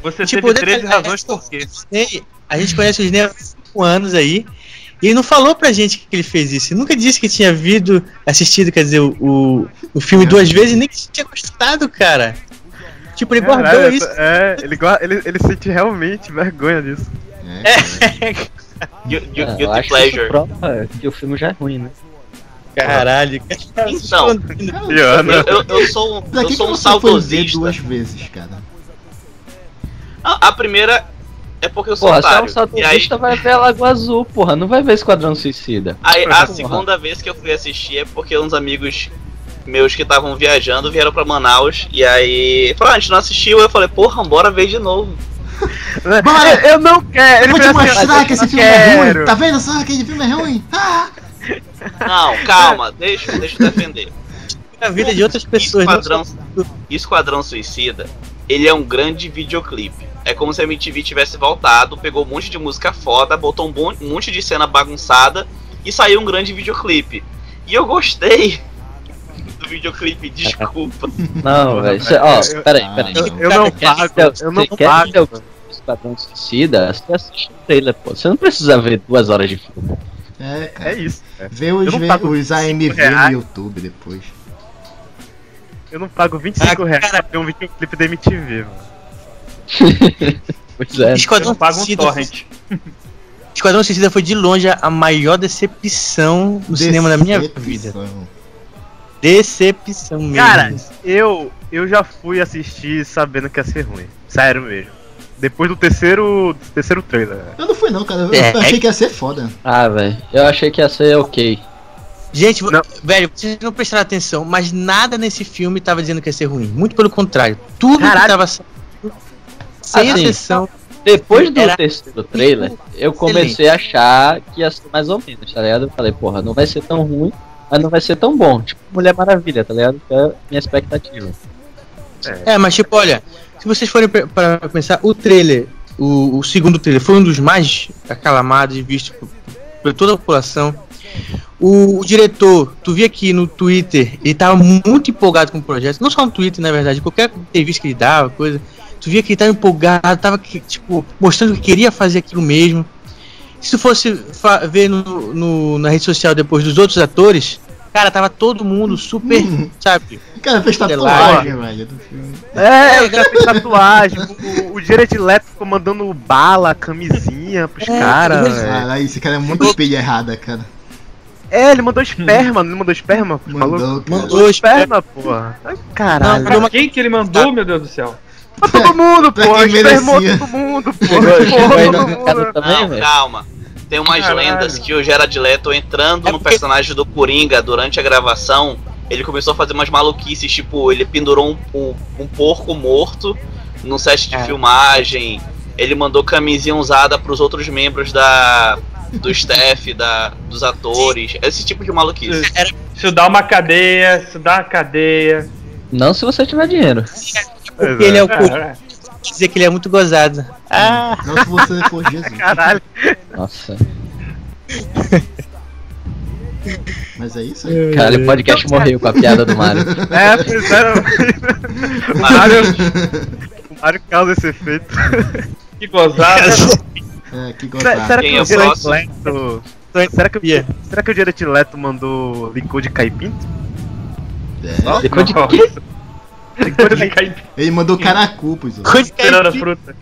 Você Tipo, teve três detalhe, razões por quê. Ney, a gente conhece o Disney há 5 anos aí. E ele não falou pra gente que ele fez isso. Ele nunca disse que tinha vindo, assistido, quer dizer, o, o, o filme duas vezes e nem que tinha gostado, cara. Tipo, ele guardou Caralho, isso. É, ele, guarda- ele, ele sente realmente vergonha disso. É, Gu- Ah, gu- eu Guilty acho que isso Pleasure. prova que o filme já é ruim, né? Caralho, cara. Então. cara. E Ana, Eu, eu, eu sou, um- Pra eu que, sou que um você foi ver saudosista. duas vezes, cara? A, a primeira é porque eu sou Porra, se é um otário. e aí, satanista, vai ver a Lagoa Azul, porra. Não vai ver Esquadrão Suicida. aí a Porra. segunda vez que eu fui assistir é porque uns amigos meus que estavam viajando vieram pra Manaus. E aí, falaram, ah, a gente não assistiu. Eu falei, porra, bora ver de novo. Bora! Eu não quero. Eu Ele vou te fez assim, mostrar "Ah, que eu esse não filme é quero." ruim. Tá vendo só que esse filme é ruim? Ah! Não, calma, deixa, deixa eu defender. A vida de outras pessoas. né? não Esquadrão, Esquadrão Suicida, ele é um grande videoclipe. É como se a MTV tivesse voltado, pegou um monte de música foda, botou um bon- um monte de cena bagunçada e saiu um grande videoclipe. E eu gostei do videoclipe, desculpa. Não, velho. cê- Ó, eu- peraí, peraí. eu- Ah, Eu não Quer pago, ver- eu não quer ver pago. o Esquadrão Suicida? Você assiste o trailer, pô. Você não precisa ver duas horas de filme. É, cara. É isso. é. Vê os, Eu não ve- pago os AMV no reais. YouTube depois. Eu não pago 25 Ah, reais pra cara. ver um videoclipe da MTV, mano. Pois é. Eu não Esquadrão pago um Suicida, torrent. Esquadrão Suicida foi de longe a maior decepção no cinema da minha vida. Decepção. Decepção mesmo. Cara, eu, eu já fui assistir sabendo que ia ser ruim. Sério mesmo. Depois do terceiro, do terceiro trailer. né? Eu não fui não, cara. Eu, É. eu achei que ia ser foda. Ah, velho. Eu achei que ia ser ok. Gente, vo- Não. velho, vocês não prestaram atenção, mas nada nesse filme tava dizendo que ia ser ruim. Muito pelo contrário. Tudo que Caralho. tava saindo, sem Assim, exceção. Depois do Era- terceiro trailer, eu comecei a achar que ia ser mais ou menos, tá ligado? Eu falei, porra, não vai ser tão ruim, mas não vai ser tão bom. Tipo, Mulher Maravilha, tá ligado? Que é a minha expectativa. É, mas tipo, olha, se vocês forem pe- pra pensar, o trailer, o, o segundo trailer, foi um dos mais aclamados e visto por, por toda a população. O, o diretor, tu via aqui no Twitter, ele tava muito empolgado com o projeto, não só no Twitter, na verdade, qualquer entrevista que ele dava, coisa, tu via que ele tava empolgado, tava que- tipo, mostrando que queria fazer aquilo mesmo. Se tu fosse fa- ver no, no- na rede social depois dos outros atores, cara, tava todo mundo super, Uhum. sabe? Cara, fez Sei lá, tatuagem, velho, do filme. É, eu já fiz tatuagem. o, o direito elétrico ficou mandando bala, camisinha pros É, caras, pois é. velho. Caralho, esse cara é muito pilha errada, cara. É, ele mandou esperma, não mandou esperma? Falou. Mandou, cara. Mandou Esperma, porra. Ai, Caralho. Não, Pra quem que ele mandou, meu Deus do céu? Pra todo mundo, É. Pra porra. quem merecia. Espermou todo mundo, porra. Chegou, chegou aí todo no mercado mundo. também, Não, velho. calma. Tem umas Caralho. lendas que o Gerard Leto entrando É no porque- personagem do Coringa durante a gravação, ele começou a fazer umas maluquices, tipo, ele pendurou um, um- um porco morto num set de É. filmagem, ele mandou camisinha usada pros outros membros da do staff, da, dos atores, esse tipo de maluquice. Era- Isso dá uma cadeia, isso dá uma cadeia. Não se você tiver dinheiro. Porque ele é o Coringa, Cara, dizer que ele é muito gozado. Ah, Não se você for Jesus. Caralho. Nossa. Mas é isso aí. Cara, o podcast morreu com a piada do Mario. É, fizeram. o, Mario, o Mario causa esse efeito. que gozada. É, que Será, gozado. será Quem que é o o Direto próximo? Leto. Será que, o- será que o Direto Leto mandou licor de caipim? É. Depois de Nossa. quê? Depois de cair Ele mandou caracu pros outros. tirando a fruta.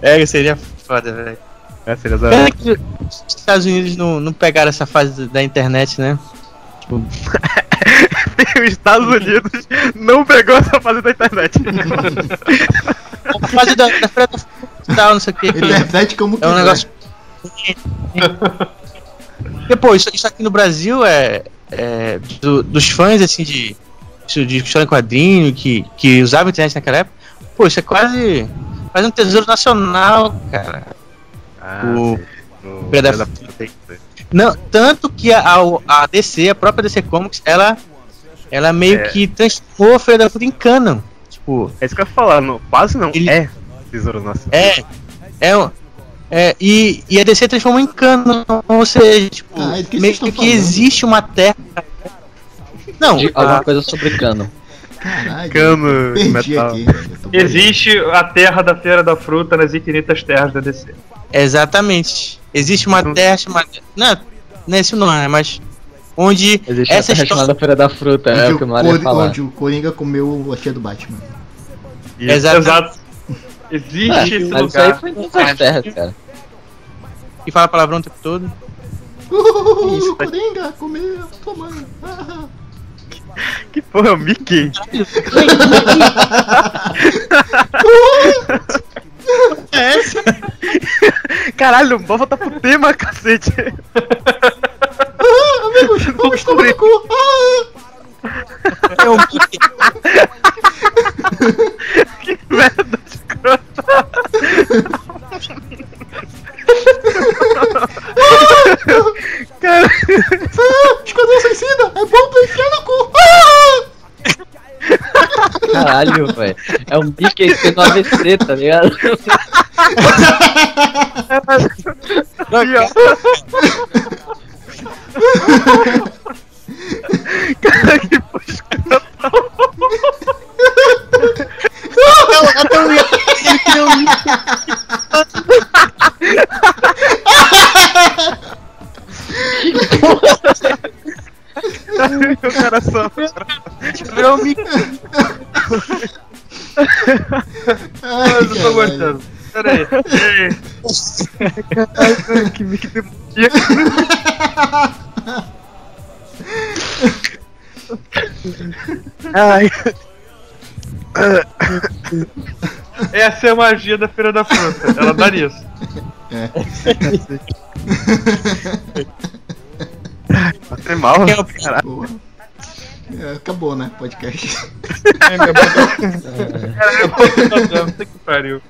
É, seria foda, velho. É, seria da Pena que os Estados Unidos não, não pegaram essa fase da internet, né? Tipo, Os Estados Unidos não pegou essa fase da internet. a fase da, da freta tal, não sei o que. que Interprete como é um quiser. negócio. Porque, pô, isso, isso aqui no Brasil é. é do- dos fãs, assim, de. isso De história em quadrinho, que, que usava a internet naquela época. Pô, isso é quase. Quase um tesouro nacional, cara. Ah, O- sim. O Filha filho da da- puta. Não, tanto que a, a, a DC, a própria DC Comics, ela, ela meio É. que transformou a Feira da Fruta em canon. Tipo, É isso que eu ia falar, não, quase não. Ele- É tesouro nacional. é. É. um- é e, e a DC transformou em canon. Ou seja, tipo, Ah, é do que meio vocês estão que falando. existe uma terra. Não, De a, alguma coisa sobre cano. Caralho. Cano, Perdi metal. aqui, velho. Eu tô perdido. Existe a terra da feira da fruta nas infinitas terras da DC. exatamente. Existe uma terra chamada. Não, não é isso não, é, mas. Onde Existe essa essa uma terra história. chamada Feira da Fruta, é o Onde que o o Mario ia Cori- falar. Onde o Coringa comeu a tia do Batman. Isso. Exato. Exato. Existe É, esse mas isso aí lugar. foi em todas as terras, cara. Que fala palavrão o tempo todo. Uhuhuhu, Isso, tá- Coringa comeu a tua mãe. Ah, Que porra, é o Mickey? É essa? Caralho, volta pro tema, cacete. ah, amigos, vamos tomar no cu. Ah, É um- o Mickey. Merda escrota. Cara, ah, Esquadrão Suicida, é bom pra enfiar no cu. Ah! Caralho, velho. É um Mickey que tem no AVC, tá ligado? pior. Cara, que porra escrota. um O cara só. É o Mickey. Ai, Eu não tô caralho. aguentando. Pera aí. Ei, Que Mickey tem- Ai. Essa é a magia da feira da fruta. Ela dá nisso. tem mal. né? Quem é o- Boa. É, acabou, né? Podcast. Caralho, eu tô pensando, puta que pariu.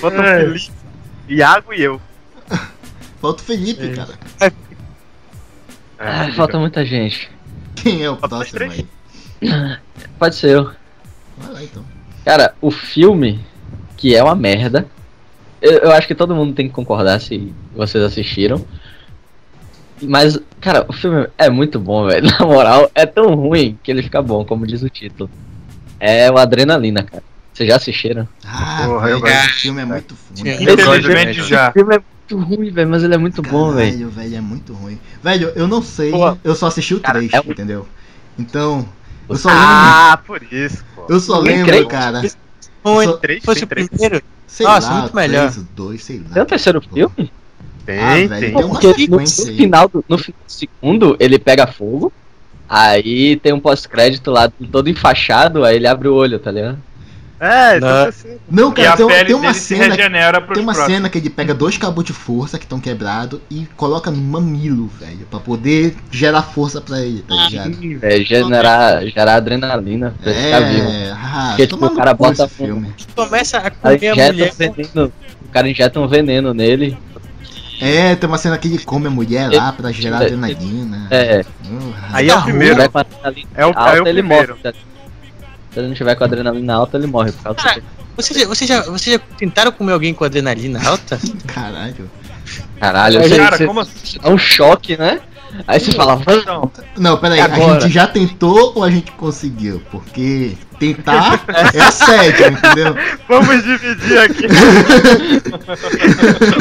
Bota É. o Felipe, Iago e eu. Falta o Felipe, cara. Ah, Ah, Ai, é um falta muita gente. Quem é o Falta os próximo aí? Pode ser eu. Vai lá então. Cara, o filme, que é uma merda, eu, eu acho que todo mundo tem que concordar se vocês assistiram. Mas, cara, o filme é muito bom, velho. Na moral, é tão ruim que ele fica bom, como diz o título. É o Adrenalina, cara. Vocês já assistiram? Ah, Porra, eu velho, gosto. esse filme é muito ruim. Sim. velho. Infelizmente já. O filme é muito ruim, velho, mas ele é muito bom, velho. Caralho, velho, é muito ruim. Velho, eu não sei, Porra. eu só assisti o Cara, 3, é um- entendeu? Então, eu só lembro, Ah, por isso, pô. eu só eu lembro creio. cara. Bom, Só- Três, é fosse tem o três. primeiro. Sei Nossa, lá, muito o três, melhor. o dois, sei lá. Tem o terceiro filme? Tem, Ah, velho, tem. tem uma Porque no, no sequência aí. final do, no final do segundo, ele pega fogo. Aí tem um pós-crédito lá todo enfaixado, aí ele abre o olho, tá ligado? É, Não. então assim. Não, tá E a cara, tem, pele tem uma dele se cena. regenera pros Tem uma próximos. cena que ele pega dois cabos de força que estão quebrados e coloca no mamilo, velho, pra poder gerar força pra ele, tá ligado? Sim, velho, gerar, gerar adrenalina pra ele ficar vivo. É, ah, Porque, tipo, toma o no cara cu bota esse um- filme. Começa a Aí comer a injeta mulher. um veneno, o cara injeta um veneno nele. É, tem uma cena que ele come a mulher lá pra gerar É. adrenalina. É, Porra. Aí é o se primeiro. tiver com a adrenalina É o, é o alta, ele morre. primeiro. Se ele não tiver com a adrenalina alta, ele morre. Por causa Cara, do- Vocês já, vocês já, vocês já tentaram comer alguém com adrenalina alta? Caralho. Caralho, Mas, você, cara, você- como assim? é um choque, né? Aí você fala, "Vamos", Não, Não, peraí, a Agora. gente já tentou ou a gente conseguiu? Porque tentar é assédio, entendeu? Vamos dividir aqui.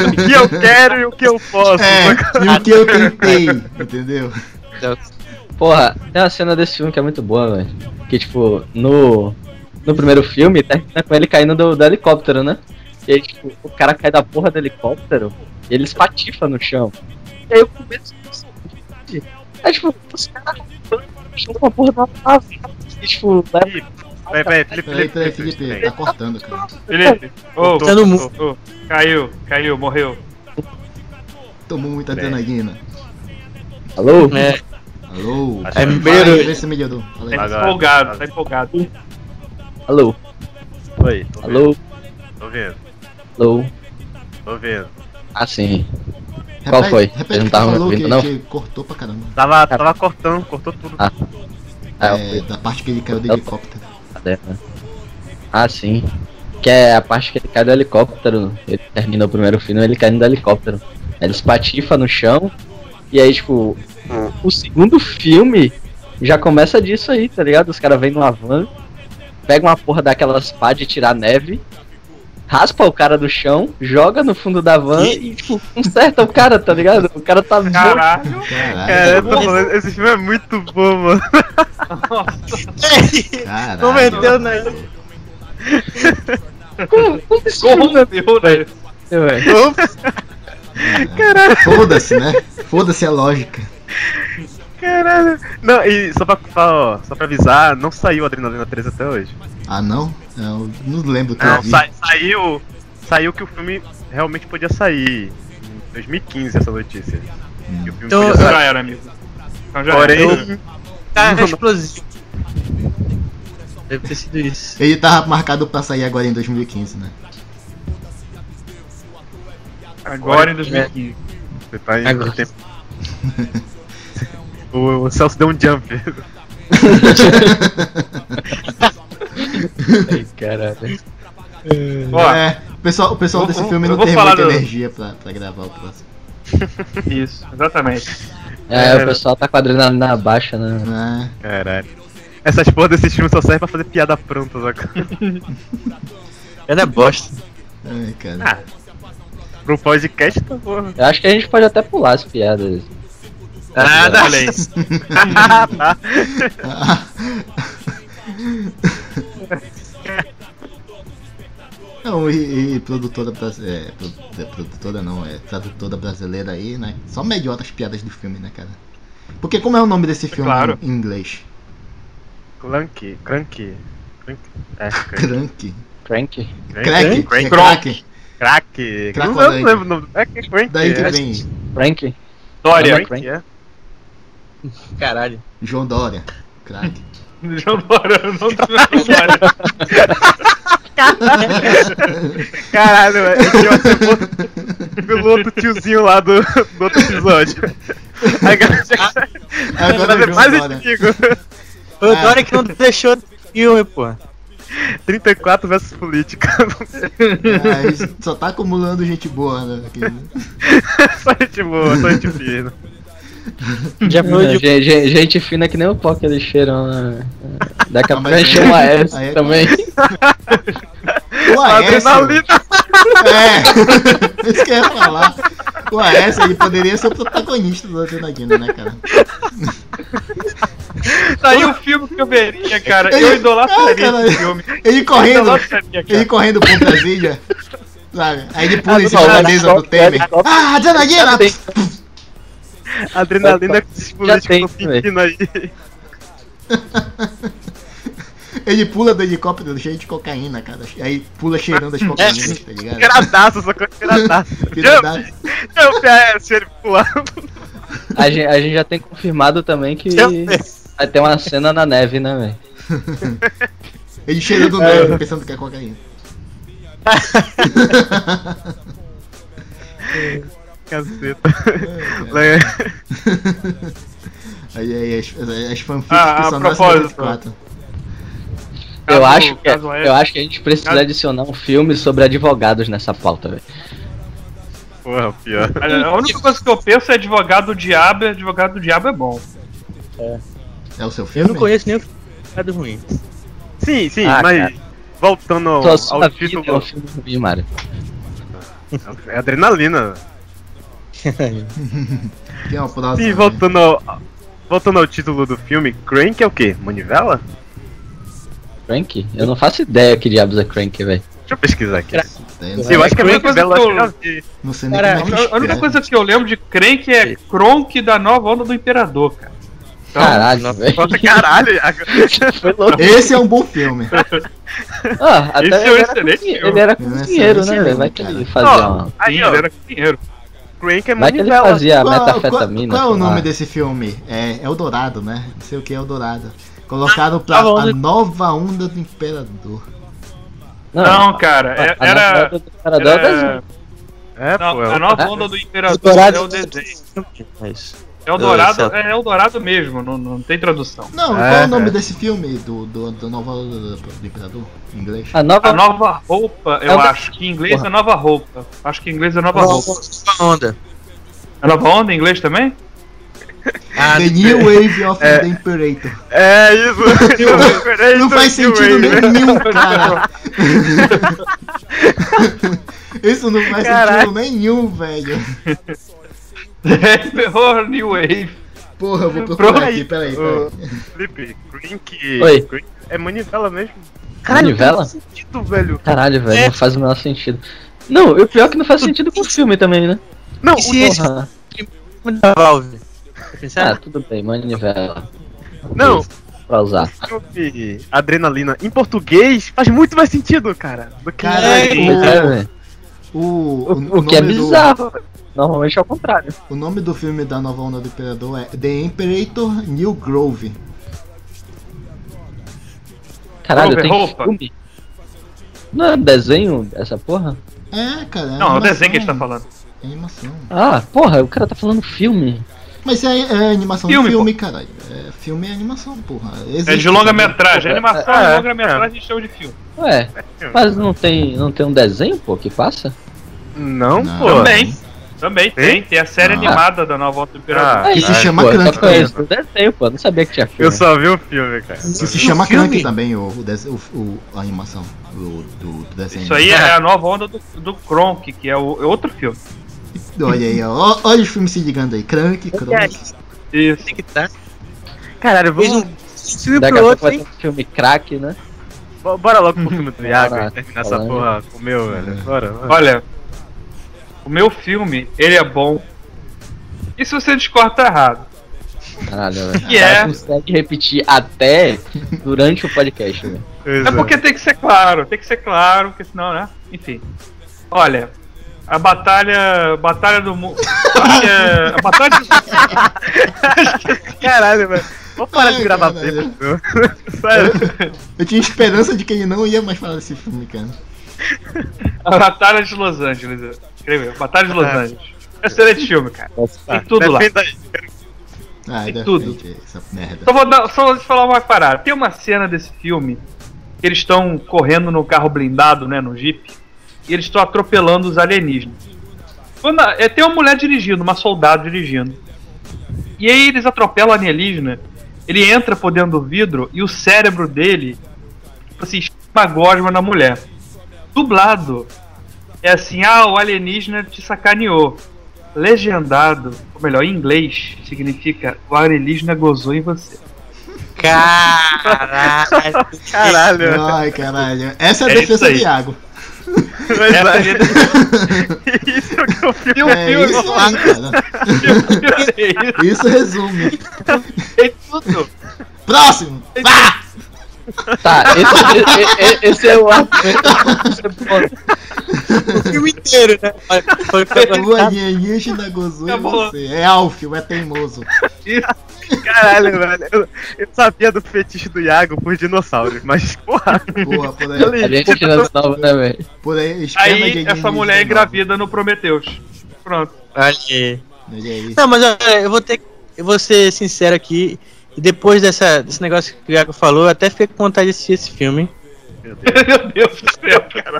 o que eu quero e o que eu posso. É, e o que eu tentei, entendeu? Porra, tem uma cena desse filme que é muito boa, velho. Que tipo, no. No primeiro filme, termina com ele caindo do, do helicóptero, né? E aí, tipo, o cara cai da porra do helicóptero e ele espatifa no chão. E aí eu começo a É tipo, os caras chutam uma porra da nave. E tipo, leva. Peraí, peraí, Felipe, Peraí, Felipe, peraí, Felipe, Felipe, tá cortando, cara. Felipe, ô, Tá no ô, ô, ô, caiu, caiu, morreu. Tomou muita Bem. adrenalina. Alô? É, Alô? É Fala primeiro- aí, Vê se melhorou. Fala aí. Tá Agora, empolgado, agora. tá empolgado. Alô? Oi, tô vendo, Alô? tô vendo, Alô? tô vendo. Ah, sim. Repete- Qual foi? Repete o Ele não que tava tu me falou, ouvindo, que, não? que cortou pra caramba. Tava, tava cortando, cortou tudo. Ah. Ah, É, da parte que ele caiu do Eu- helicóptero. Caderno. Ah, sim. Que é a parte que ele cai do helicóptero. Ele termina o primeiro filme, ele caindo do helicóptero. Ele espatifa no chão. E aí, tipo, o segundo filme já começa disso aí, tá ligado? Os caras vêm numa van, pegam uma porra daquelas pá de tirar neve, raspa o cara do chão, joga no fundo da van e, tipo, conserta o cara, tá ligado? O cara tá morto. Caralho, Cara, eu Caralho, tô falando, esse filme é muito bom, mano. É, caralho. não meteu na Como, como esse filme não é assim? corrompeu, né? É, meu, velho? Caralho. Foda-se, né? Foda-se a lógica. Caralho. Não, e só pra, só, só pra avisar, não saiu Adrenalina 3 até hoje. Ah, não? Eu não lembro o que eu Não, vi. sa- saiu. Saiu que o filme realmente podia sair. Em 2015 essa notícia. Que o filme Então, podia sair. Já era, amigo. Então já Porém, era. cara tá explosivo. Deve ter sido isso. Ele tava marcado pra sair agora em 2015, né? Agora em 2015. você tá em Agora. tempo. o, o Celso deu um jump. Ai, caralho. Ó, É, o pessoal, o pessoal Eu vou- desse filme eu não vou tem falar muita do- energia pra, pra gravar o próximo. isso, exatamente. É, o pessoal tá com a adrenalina baixa, né? Ah, Caralho. Essas porra desses filmes só servem pra fazer piada pronta, saca? Ela é bosta. ai, cara. Pro podcast, tá porra. Eu acho que a gente pode até pular as piadas. Ah, Nada, além. tá. Ah. Não, e, e produtora brasileira. É, produ- é, produtora não, é tradutora brasileira aí, né? Só melhora as piadas do filme, né, cara? Porque como é o nome desse filme Claro. em inglês? Clank, crank. crank. É, crank. Crank. Crank. Crack? Crank. É crack. Crack. Crack não, eu não Clank. lembro o nome. É que é Crank. Daí que é. vem Crank. Dória, Crank. Crank, é. Caralho. João Dória. Crack. João Dória, eu não tá tô vendo Dória. Caralho, velho. Esse é o segundo- pelo outro tiozinho lá do, do outro episódio. Aí, cara, já Agora é fazer o mais João Dória. antigo. Foi o Ah. Dória que não deixou do filme, pô. 34 versus política. Ah, isso só tá acumulando gente boa, né? aqui. só gente boa, só gente fina. Já foi Gente, de gente, gente fina que nem o pó que eles cheiram. né? Daqui a Ah, pouco mas a gente aí- chama essa aí é- também. O Aécio, Adrenalina. é, isso que eu ia falar. O Aécio, ele poderia ser o protagonista do Adrenalina, né, cara? Saiu o filme que eu veria, cara. Eu Ele- idolatraria Ah, cara, esse filme. Ele Eu correndo, idolatraria, cara. Ah, ele correndo por Brasília, sabe? Aí ele pula em não, cima da mas- mesa do Temer. Ah, Adrenalina! Tem- Adrenalina que esses políticos tem, estão pedindo aí. Ele pula do helicóptero cheio de cocaína, cara. Aí pula cheirando as É. cocaínas, tá ligado? Gradaço, só que gradaço. Filha da- Não, PS, ele pulando. A gente, a gente já tem confirmado também que vai ter uma cena na neve, né, velho? Ele cheirando neve, pensando que é cocaína. Caceta. Lembra- Aí, aí as, as fanfics Ah, que a só nascem propósito. 24. Eu Caso- acho, que, caso é- eu acho que a gente precisa caso- adicionar um filme sobre advogados nessa pauta, velho. Porra, pior. Olha, Ah, A única coisa que eu penso é advogado do diabo, e advogado do diabo é bom. É o seu filme? Eu não conheço nenhum filme ruim. Sim, sim, Ah, mas cara. voltando ao, Só sua ao vida título, é um filme ruim, Mário. é adrenalina. Quem é o próximo? Sim, né? voltando ao, voltando ao título do filme, Crank é o quê? Manivela? Crank? Eu não faço ideia que diabos é Crank, velho. Deixa eu pesquisar aqui. Eu acho que é a única muito coisa belo, que acho eu- que é assim. eu vi. Cara, é a única coisa que eu lembro de Crank é Kronk da nova onda do Imperador, cara. Caralho, velho. Então, Caralho, Foi louco. Esse é um bom filme. Ah, até Esse é um ele, era excelente cozinhe- filme. ele era É um cozinheiro, né, excelente velho? Vai que filme, ele cara. fazia Não, uma... Aí, ó. Ele era cozinheiro. Crank é Vai que ele manivela. fazia a Qual- metafetamina. Qual, qual é o sei lá. nome desse filme? É Eldorado, né? Não sei o que é Eldorado. Ah, Colocaram pra tá a né? nova onda do Imperador. Não, cara, é- a era. nova onda do Imperador era- é o desenho. É, Não, pô, é a o- nova é. onda do Imperador Dourado- é o desenho. Mas... É o Ah, Dourado, certo. é Eldorado mesmo, não, não tem tradução. Não, qual é o nome desse filme do, do, do nova onda do, do Imperador? Em inglês? A nova, roupa, eu Ah. É o da- acho. Que em inglês Porra. é nova roupa. Acho que em inglês é nova Nova roupa. onda. É nova onda em inglês também? The New Wave of the Imperator. É isso. é Não faz sentido né? né? nenhum, cara. Isso não faz Caralho. sentido nenhum, velho. Horror É, New Wave. Porra, eu vou procurar Pronto. aqui, peraí, Ô, peraí. Felipe, Crank. Oi. Crank é manivela mesmo. Manivela? não faz sentido, velho. Caralho, velho, É. não faz o menor sentido. Não, e o pior é que não faz sentido com o filme também, né? Não, E se esse Porra. filme da Valve? Tá Ah, tudo bem, manivela. Não. Isso, Pra usar. Filme Adrenalina em português faz muito mais sentido, cara. Do que Caralho. em É, inglês. velho. O, o, O que é nome do- bizarro. Normalmente é o contrário. O nome do filme da nova onda do Imperador é The Imperator New Grove. Caralho, tem roupa. filme. Não é desenho essa porra? É, cara. é Não, é o animação. desenho que a gente tá falando. É animação. Ah, porra, o cara tá falando filme. Mas é, é animação Filme, filme, filme caralho. É, filme é animação, porra. É de Existe, É, longa-metragem. Animação é, é, é. longa-metragem e show de É filme. Ué, mas não tem, não tem um desenho, pô, que passa? Não, Não. pô. Também. Também tem. Tem a série Ah. animada da nova onda do Imperador. Aí, se chama pô, eu só Crank conheço o desenho, pô, eu não sabia que tinha filme. Eu só vi o filme, cara. Que se chama Crank também, o, o, des- o, o- a animação o- do, do desenho. Isso aí é a nova onda do, do Kronk, que é, o, é outro filme. Olha aí, ó. Olha os filmes se ligando aí. Crank, Crank. Isso. tá. Caralho, um vamos. Daqui a pouco vai ter um filme craque, né? Bo- Bora logo pro filme do Iago Bora. e terminar essa Falando. porra com o meu, velho. Bora, bora. Olha, o meu filme, ele é bom. E se você discorda, tá errado. Caralho, velho. Que O cara é? consegue repetir até durante o podcast, velho. É porque tem que ser claro, tem que ser claro, porque senão, né? Enfim. Olha, a batalha. Batalha do mundo. é a batalha Caralho, velho. Vou parar de gravar caralho. tempo. Sério. Eu tinha esperança de que ele não ia mais falar desse filme, cara. a batalha de Los Angeles. Escreveu. Batalha de Los Ah. Angeles. Excelente filme, cara. Tem tudo lá. Defenda aí. Ah, Tem de tudo. repente, Essa merda. Só Então, vou, dar, só vou te falar uma parada. Tem uma cena desse filme que eles estão correndo no carro blindado, né, no Jeep, e eles estão atropelando os alienígenas. Quando a- é, tem uma mulher dirigindo, uma soldado dirigindo. E aí eles atropelam o alienígena, ele entra por dentro do vidro e o cérebro dele, tipo assim, uma gosma na mulher. Dublado, é assim, ah, o alienígena te sacaneou. Legendado, ou melhor, em inglês, significa o alienígena gozou em você. Caralho. Caralho. Ai, caralho. Essa é a É isso defesa do aí. Iago. Essa Mas, é a isso é o que eu fiz. Tem um É filme, isso aí, cara. tem Isso resume. É tudo. Próximo! Pá! Tá, esse, e- e- esse é o argumento. Você O filme inteiro, né? Olha, Foi O alienígena gozou em Acabou. você. É Alfio, é teimoso. Caralho, velho. Eu, eu sabia do fetiche do Iago por dinossauros, mas porra. Boa, por aí. A gente é tirando nova, né, velho? Por aí, esperma de Aí essa alienígena mulher é nova. engravida no Prometeus. Pronto. Olha. Olha aí. Não, mas olha, eu vou ter. Eu vou ser sincero aqui. E depois dessa, desse negócio que o Iago falou, eu até fiquei com vontade de assistir esse filme. Meu Deus do céu, cara.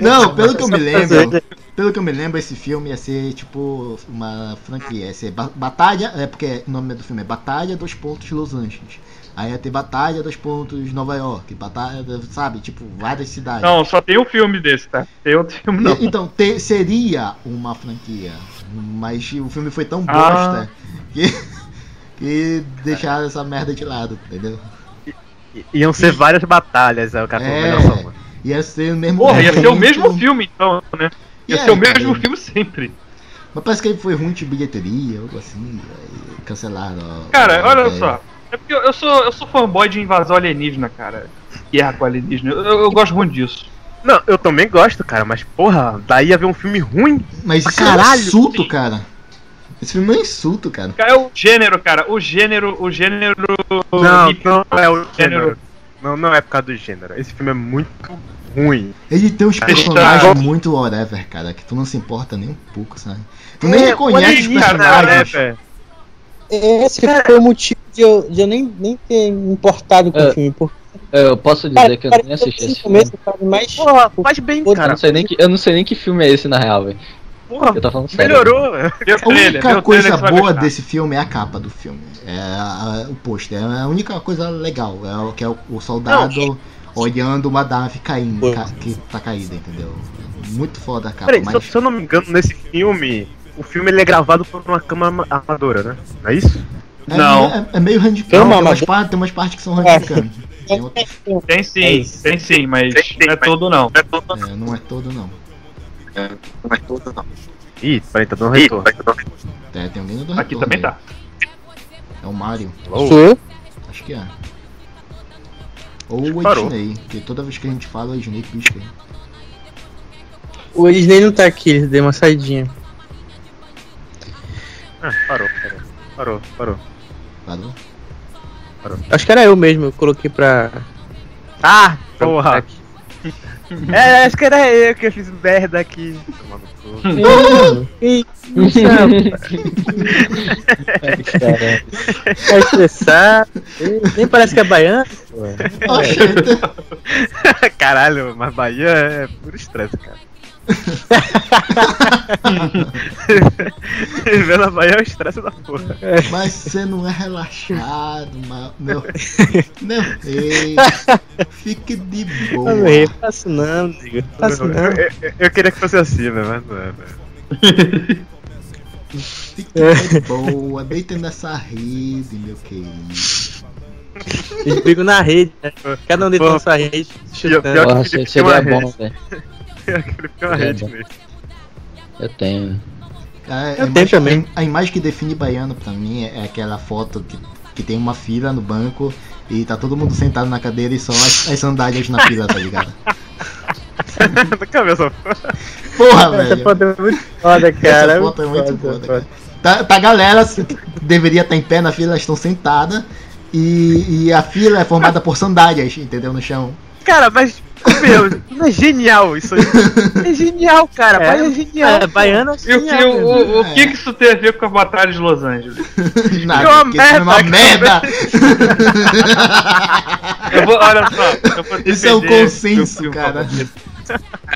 Não, pelo que eu me lembro, pelo que eu me lembro, esse filme ia ser tipo uma franquia, ia ser ba- Batalha, é porque o nome do filme é Batalha dos Pontos Los Angeles. Aí ia ter Batalha dos Pontos Nova York, Batalha, sabe, tipo, várias cidades. Não, só tem um filme desse, tá? Tem outro filme não. Ah. E- Então, te- seria uma franquia, mas o filme foi tão bosta que, que deixaram essa merda de lado, entendeu? Iam ser várias batalhas, aí o cara falou, É. melhor só uma. Ia ser o mesmo. Porra, ia foi ser o muito- mesmo filme então, né? Ia E ser o aí, mesmo cara? filme sempre. Mas parece que ele foi ruim de bilheteria, algo assim. Aí cancelaram. a- Cara, a olha ideia. só. É porque eu, eu sou, eu sou fanboy de invasão alienígena, cara. Guerra com alienígena. Eu, eu- eu gosto muito disso. Não, eu também gosto, cara, mas porra, daí ia ver um filme ruim. Mas pra isso é um insulto, cara. Esse filme é um insulto, cara. Cara, é o gênero, cara. O gênero. O gênero. Não, hip- não é o gênero. Não, não é por causa do gênero. Esse filme é muito ruim. Ele tem uns Cara, personagens tá- muito whatever, cara, que tu não se importa nem um pouco, sabe? Tu É, nem olha reconhece os aí, cara, personagens. né, velho? Esse foi o motivo de eu, de eu nem, nem ter me importado com É, o filme. Porque, Eu posso dizer cara, que eu parece nem assisti esse no filme. começo, sabe, mas Porra, faz bem, Pô, Eu cara. não, sei nem que, eu não sei nem que filme é esse na real, velho. Ah, Porra, Eu tô falando sério. melhorou. velho. Vê o A trailer, vê única o trailer coisa que você vai boa gostar. desse filme é a capa do filme. É a- a- o pôster. É a única coisa legal. É o que é o, o soldado olhando uma nave caindo, Pô. ca- que tá caída, entendeu? Muito foda a capa. Peraí, se, eu- mas... se eu não me engano, nesse filme, o filme ele é gravado por uma câmera ama- amadora, né? Não é isso? É, Não. É, é meio handicam. Calma, Tem umas, mas- partes, tem umas partes que são handicam. Tem outras- Tem É sim, isso. tem sim, mas Tem sim, não é mas- todo não. é, não é todo, não. Ih, peraí, tá dando retorno. É, tem alguém do Aqui retorno também aí. tá. É o Mario. sou eu. Acho que é. Ou o Parou. Ednei, porque toda vez que a gente fala, o Ednei pisca. O Disney não tá aqui, ele deu uma saidinha. Ah, parou, parou. Parou, parou. Parou? Acho que era eu mesmo, eu coloquei pra. Ah, pra porra. aqui. É, acho que era eu que eu fiz merda aqui. Tomando cu. Ih, isso, rapaz. Tá estressado. Ih, Nem parece que é baiano. Oxenta. Caralho, mas Bahia é puro estresse, cara. Viver na Bahia é o estresse da porra. Mas você não é relaxado, ma- meu. Meu rei. Fique de boa. Não errei, faço não, amigo. Faço eu, não. eu- eu queria que fosse assim, né? Mas não é, né? Fique de boa. Deita nessa rede, meu querido. Eles brigam na rede, né? Cada um dentro da sua rede, Pior chutando. que Felipe Porra, esse tem filme uma é bom, rede. velho. Ele fica uma rede mesmo. Eu tenho. Ah, Eu a tenho imagem- também. A imagem que define baiano pra mim é aquela foto que, que tem uma fila no banco e tá todo mundo sentado na cadeira e só as, as sandálias na fila, tá ligado? Nunca vi essa porra. Porra, Essa velho. foto é muito foda, cara. Essa foto é muito foda, foda, cara. Tá, tá a galera assim, que deveria estar em pé na fila, elas estão sentadas. E, e a fila é formada por sandálias, entendeu? No chão. Cara, mas. Meu, é genial isso aí. É genial, cara. É. Bahia é genial. É, baiano assim, E o que, ó, o, o- o que que isso tem a ver com a Batalha de Los Angeles? Nada, uma porque isso é uma merda! Eu vou, olha só, eu vou Isso é o defender consenso, meu filme cara. favorito.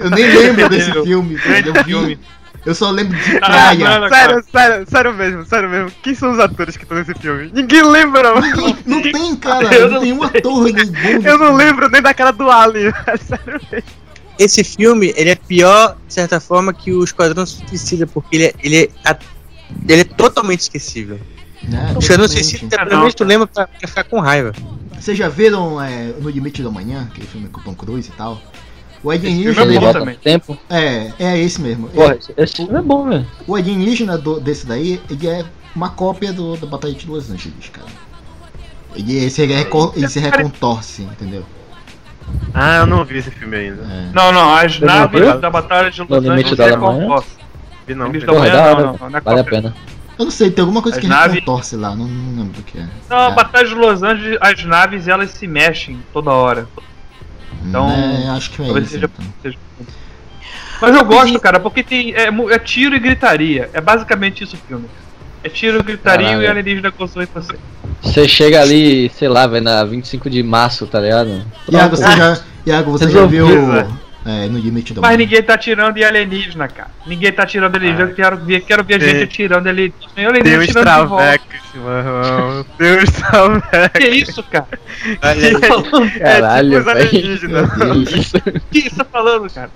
Eu nem lembro desse Entendeu? filme, cara. Eu, Grande vi, filme. eu só lembro de Tá é praia. lembrando, cara. Sério, sério, sério mesmo, sério mesmo. Quem são os atores que estão nesse filme? Ninguém lembra, mano. Não, não tem, cara. Eu não não tem uma torre de bom. Eu não lembro nem da cara do Alien. Sério. esse filme, ele é pior, de certa forma, que o Esquadrão Suicida, porque ele é, ele é, a- ele é totalmente esquecível. Né, O Esquadrão de repente. Suicida, Ah, pelo menos tu lembra pra, pra ficar com raiva. Vocês já viram é, No Limite da Manhã, aquele filme com o Tom Cruise e tal? O filme Ele é bom alienígena. volta também. no tempo. É, é esse mesmo. Porra, esse- esse filme é bom, velho. O alienígena do- desse daí, ele é uma cópia do, da Batalha de Los Angeles, cara. Ele, ele se, reco- ele se recontorce, entendeu? Ah, eu não vi esse filme ainda. É. Não, não, as Não, naves eu- da Batalha de No Los Limite Angeles da é Alemanha? com Vi não. Eles Vi Então, Porra, é, é da não, hora. não, não é vale a cópia. pena. Eu não sei, tem alguma coisa As que naves- recontorce lá, não, não lembro o que é. Não, a É, Batalha de Los Angeles, as naves elas se mexem toda hora. então, né, acho que é talvez isso. seja- então. Mas eu gosto, cara, porque tem é, mu- é tiro e gritaria. É basicamente isso o filme. É tiro, gritaria Caralho. e alienígena construindo você. Você chega ali, sei lá, velho, na 25 de março, tá ligado? Iago, você já, Iago, você já viu Resolvido, é, No Limite da né? Então, Mas Manhã? ninguém tá tirando e alienígena, cara. Ninguém tá tirando alienígena. Ah, Eu quero ver, quero ver Tem- gente tirando ele. Tem Alienígena os tirando de volta. travecos, mano. Tem os travecos. Que isso, cara? tá Olha Que falando? Caralho, tipo os velho. é tipo alienígenas. Meu Deus. Que isso tá falando, cara?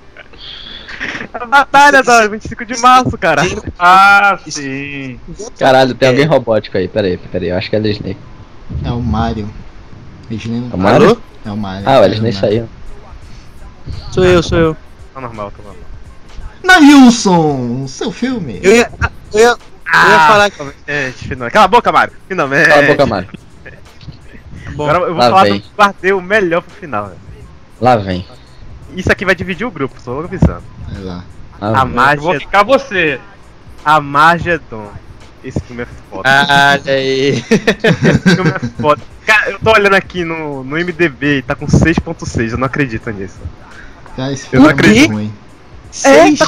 A batalha da 25 de março, cara. Ah, sim. Caralho, tem É, alguém robótico aí. Pera aí, pera aí. Eu acho que é a Disney. É o Mario. Disney não É o Mario? É o Mario. Ah, o é Disney Mario. saiu. Sou eu, sou eu. Tá normal, tá normal. Nailson, o seu filme. Eu ia, eu ia, eu Ah. ia falar que Finalmente, finalmente. É, Cala a boca, Mário. Finalmente. Ah. É. Cala a boca, Mario. Agora eu vou Lá falar vem. do guardei o melhor pro final. velho. Lá vem. Isso aqui vai dividir o grupo, tô logo avisando. Vai lá. Lá A vem. Eu vou Magia, ficar você. a Magedon. Esse filme é foda. Ah, olha aí. Esse filme é foda. Cara, eu tô olhando aqui no, no MDB e tá com 6.6, eu não acredito nisso. Cara, esse filme não é muito acredito. ruim. É, Seis. tá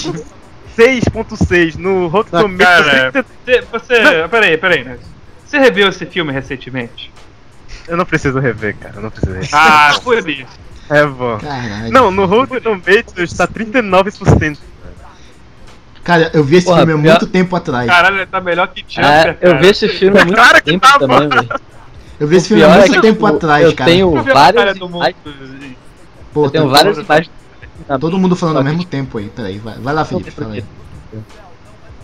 6.6 no Rotten Tá, Tomatoes. Cara, é. você. você peraí, peraí. né? Você reviu esse filme recentemente? Eu não preciso rever, cara. Eu não preciso rever. Ah, por isso. É bom. Caralho. Não, no Rotten Tomatoes tá 39%. Cara, eu vi esse Porra, filme há pior- muito tempo atrás. Caralho, tá melhor que Ah, É, Jumper. eu cara. vi esse filme há muito Claro que tempo tá, também, velho. eu vi esse O filme há pior muito é que tempo eu- atrás, eu cara. Tenho Eu vi a batalha vários do imagens, mundo. Pô, eu tenho tem- várias imagens. na Todo mundo falando ao Só que- mesmo né, tempo aí. Peraí, vai, vai lá, Felipe, fala aí.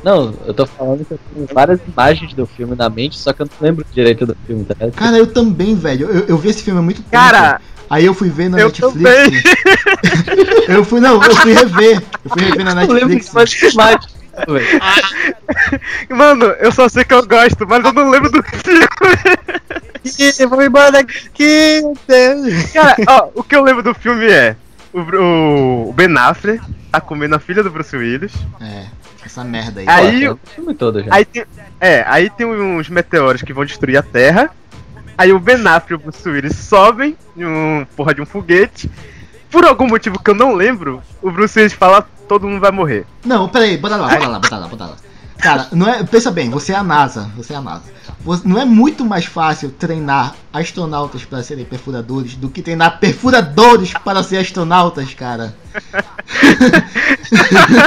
Não, eu tô falando que eu tenho várias imagens do filme na mente, só que eu não lembro direito do filme, tá ligado? Cara, eu também, velho. Eu, eu vi esse filme há muito tempo. Cara, aí eu fui ver na é eu Netflix. eu fui, não, eu fui rever. Eu fui rever na eu não lembro Netflix. de mais imagens, velho. Mano, eu só sei que eu gosto, mas eu não lembro do filme. Ih, vou embora daqui. meu Deus. Cara, ó, o que eu lembro do filme é o, Bru- o Ben Affleck tá comendo a filha do Bruce Willis. É, essa merda aí. Aí- Pô, tem o filme todo já. Aí tem, é, aí tem uns meteoros que vão destruir a Terra. Aí o Ben Affleck e o Bruce Willis sobem em um porra de um foguete. Por algum motivo que eu não lembro, o Bruce Willis fala todo mundo vai morrer. Não, peraí, bota lá, bota lá, bota lá, bota lá. Cara, não é, pensa bem, você é a NASA, você é a NASA. Você- não é muito mais fácil treinar astronautas para serem perfuradores do que treinar perfuradores para ser astronautas, cara.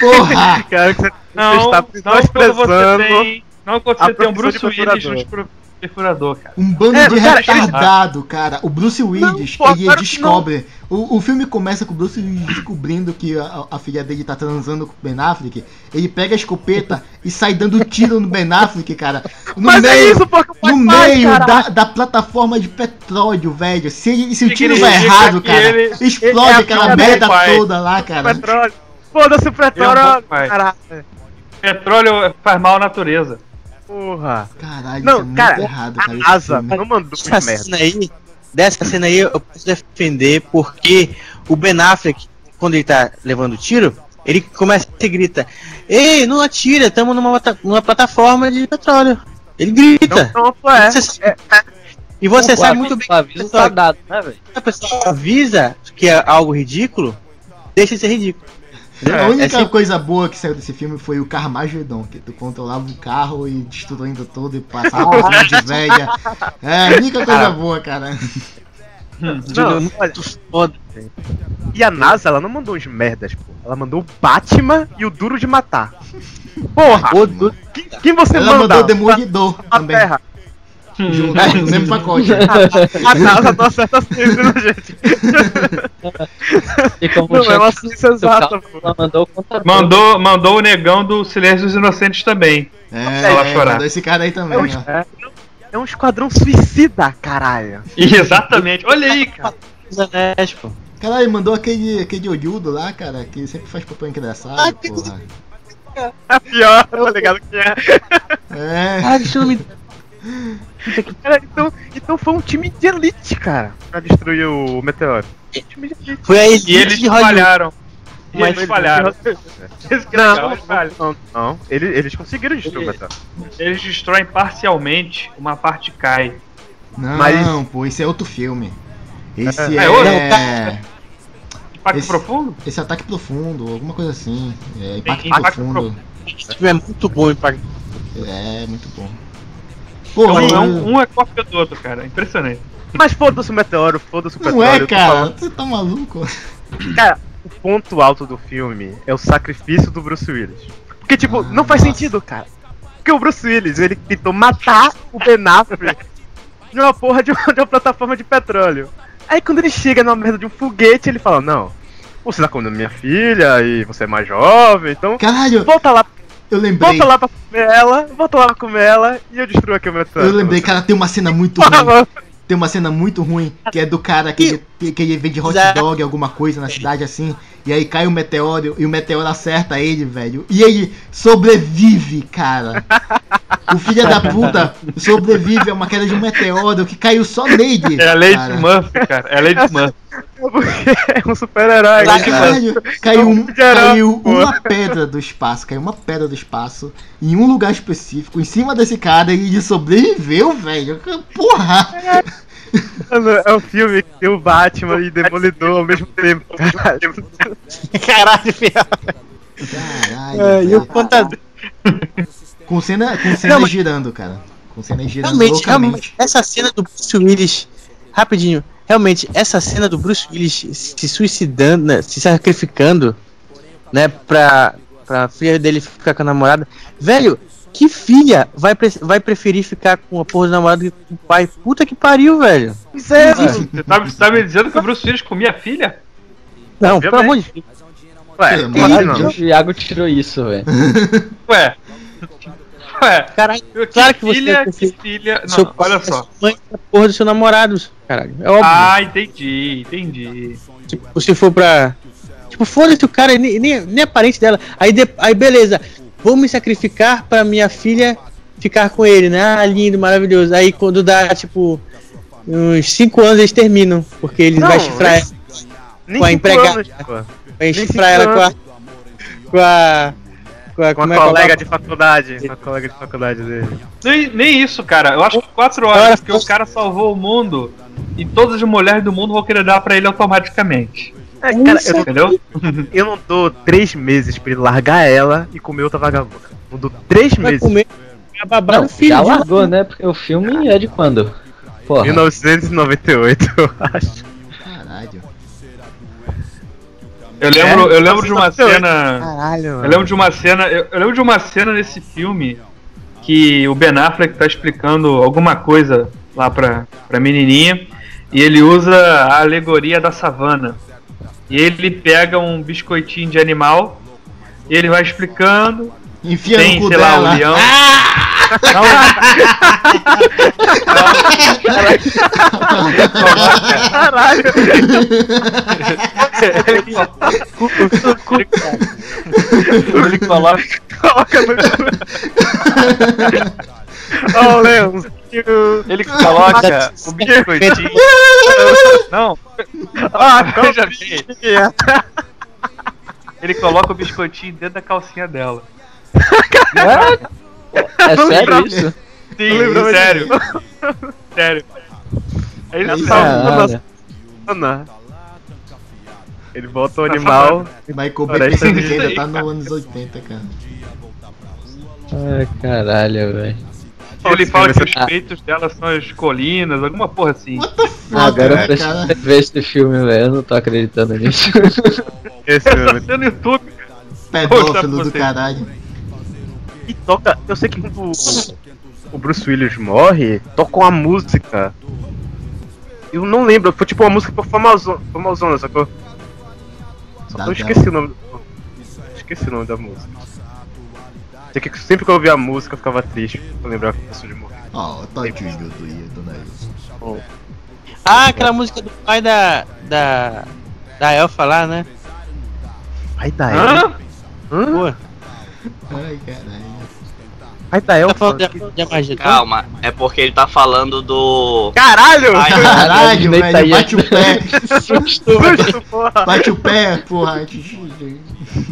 Porra! Cara, você, você Não, está não quando você menosprezando- tem. Não quando a você tem um profissão de Bruce Willis perfurador. no escuro- perfurador, cara. Um bando É, de cara, ele- retardado, cara. O Bruce Willis, pô, ele claro que descobre. O, o filme começa com o Bruce Willis descobrindo que a, a filha dele tá transando com o Ben Affleck. Ele pega a escopeta e sai dando tiro no Ben Affleck, cara. No Mas meio, é isso, porra, que o pai no faz, meio cara. da, da plataforma de petróleo, velho. Se, ele- se o tiro Significa vai errado, que cara, ele- explode ele é a aquela filha do merda pai. toda lá, cara. Petróleo. Foda-se o Eu petróleo. vou, pai. Caralho, Petróleo faz mal à natureza. porra. Caralho, isso é Não, muito cara, errado, cara. esse a asa filme. não mandou Essa muito merda. cena aí, dessa cena aí, eu posso defender porque o Ben Affleck, quando ele tá levando tiro, ele começa e grita: Ei, não atira, estamos numa, plata- numa plataforma de petróleo. Ele grita. Não, pô, é. Você sabe- E você O sabe aviso- muito bem O aviso tá dado, né, velho? que a pessoa avisa que é algo ridículo, deixa de ser ridículo. Entendeu? É, A única sempre- coisa boa que saiu desse filme foi o Carmageddon, que tu controlava o carro e destruindo tudo e passava por cima de velha. É a única coisa boa, cara. Não, olha, muito foda. e a NASA, ela não mandou uns merdas, pô. Ela mandou o Batman e o Duro de Matar. Porra, Ô, du- quem, quem você Ela manda? mandou o Demolidor a também. Terra. Junto, no um mesmo pacote. É, A NASA não acerta sempre, né, gente? E como Não, é uma chama- ciência exata, pô. Ela mandou o contador. Mandou, mandou o negão do Silêncio dos Inocentes também. Ela É, chorar. mandou esse cara aí também, É um, ó. é, é um esquadrão suicida, caralho. Exatamente. Olha aí, cara. Os anéis, pô. Caralho, mandou aquele, aquele olhudo lá, cara, que sempre faz papel engraçado, porra. É pior, tá ligado que é. É. Ah, deixa eu me. Cara, então, então foi um time de elite, cara, pra destruir o meteoro. Time de elite. Foi a E elite eles de Hollywood. falharam. E Mas eles falharam. Isso que é legal, Não, eles falham. não, não. Eles, eles conseguiram destruir o meteoro. Eles destroem parcialmente, uma parte cai. Não, Mas- pô, esse é outro filme. Esse É, é. outro? Impacto Esse- profundo? Esse ataque profundo, alguma coisa assim. É, impacto Impacto profundo. Esse filme é muito bom, hein, Paco? É, muito bom. É Pô, um- mas é não, um, um é cópia do outro, cara. Impressionante. Mas foda-se o meteoro, foda-se o um petróleo. não é, eu tô cara. falando. Você tá maluco? Cara, o ponto alto do filme é o sacrifício do Bruce Willis. Porque, tipo, Ah, não faz nossa. sentido, cara. Porque o Bruce Willis, ele tentou matar o Ben Affleck de uma porra de uma, de uma plataforma de petróleo. Aí quando ele chega na merda de um foguete, ele fala, não, Você tá comendo minha filha e você é mais jovem, então. Caralho! Volta lá. Eu lembrei. Volta lá pra comer ela, volta lá pra comer ela e eu destruo aqui o meu Eu lembrei, cara, tem uma cena muito ruim. Tem uma cena muito ruim, que é do cara que, ele, que ele vende hot dog, alguma coisa na cidade assim, e aí cai um meteoro e o meteoro acerta ele, velho. E ele sobrevive, cara. O filho da puta sobrevive a uma queda de um meteoro que caiu só nele. É a Lady cara. Murphy, cara. É a Lady Murphy. É um super-herói. Tá Lá, cara. caralho, caiu, um- geral, caiu pô. uma pedra do espaço, caiu uma pedra do espaço em um lugar específico, em cima desse cara, e ele sobreviveu, velho. Porra! Mano, é um filme que tem o Batman e Demolidor ao mesmo tempo. Caralho, Caralho, fiel. Caralho. É, e o velho. Fantasia. Com cena, com cena Realmente- girando, cara. Com cena girando Realmente, loucamente. realmente, essa cena do Bruce Willis. Rapidinho. Realmente, essa cena do Bruce Willis se suicidando, né, se sacrificando, né, pra, pra filha dele ficar com a namorada. Velho, que filha vai, pre- vai preferir ficar com a porra do namorado que com o pai? Puta que pariu, velho. Pois é, mano. Você tá, você tá me dizendo que o Bruce Willis comia filha? Não, Obviamente. pelo amor de Deus. Ué, Pelo como assim amor de não? O Iago tirou isso, velho. Ué. Ué. Caralho, Eu- Claro que você filha, tem que ser- que filha. Não, seu não, pai olha é só. Mãe da porra do seu namorado, caralho. É óbvio. Ah, entendi, entendi. Tipo, se for pra. Tipo, foda-se o cara, nem, nem, nem é parente dela. Aí, de- aí beleza, vou me sacrificar pra minha filha ficar com ele, né? Ah, lindo, maravilhoso. Aí quando dá, tipo, uns 5 anos eles terminam, porque ele Não, vai chifrar eles- Nem tipo, Com a cinco empregada. anos, pô. ela, vai nem chifrar ela cinco com a. Com a. Com a. Com como a é que é o colega de nome? faculdade. Com a colega de faculdade dele. Nem, nem isso, cara. Eu acho que quatro horas que o cara salvou o mundo e todas as mulheres do mundo vão querer dar pra ele automaticamente. É, cara, eu, não- Entendeu? eu não dou três meses pra ele largar ela e comer outra vagabunda. Não dou três Vai meses. comer. Vai babar Não, o um filho. já de- largou, né? Porque o filme é de quando? Porra. 1998, eu acho. Caralho. Eu lembro, eu lembro de uma cena. Caralho, Eu mano. lembro de uma cena, eu, eu lembro de uma cena nesse filme que o Ben Affleck tá explicando alguma coisa lá pra, pra menininha e ele usa a alegoria da savana. E ele pega um biscoitinho de animal e ele vai explicando. Enfia tem, no cu sei lá, dela. o leão. Caralho. Ele coloca Coloca no. Ó, o Leãozinho. Ele coloca o biscoitinho. Não, Ah, veja bem. é? Ele coloca o biscoitinho dentro da calcinha dela. É sério isso? Sim, lembrava sério. Sério. Aí ele salva. Caralho. Ana. Ele bota o animal. Michael Olha Bay pensando isso que ainda aí, tá nos anos 80, cara. Ai, caralho, velho. Ele fala que os Ah. peitos dela são as colinas, alguma porra assim. What the Ah, fuck, Agora eu né, preciso cara? ver esse filme, velho. Eu não tô acreditando nisso. Esse Essa filme. cena no Tá YouTube, cara. Poxa, Pedófilo do você. caralho. E toca. Eu sei que quando o Bruce Willis morre, toca uma música. Eu não lembro, foi tipo uma música por famoso- famosona, sacou? Só que Da eu dela. esqueci o nome. Esqueci o nome da música. Sei que sempre que eu ouvia a música eu ficava triste pra lembrar que a pessoa de morrer. Ó, o tadinho do Ido, né? Ah, aquela música do pai da. Da. Da Elfa lá, né? Ai da Elfa. Hã? Hã? Boa. Ai, caralho. Ai da Tá Elfa. falando de, de magia. Calma, é porque ele tá falando do. Caralho! Ai, Caralho, Disney tá velho, aí. bate o pé, Susto, Susto, porra! bate o pé, porra.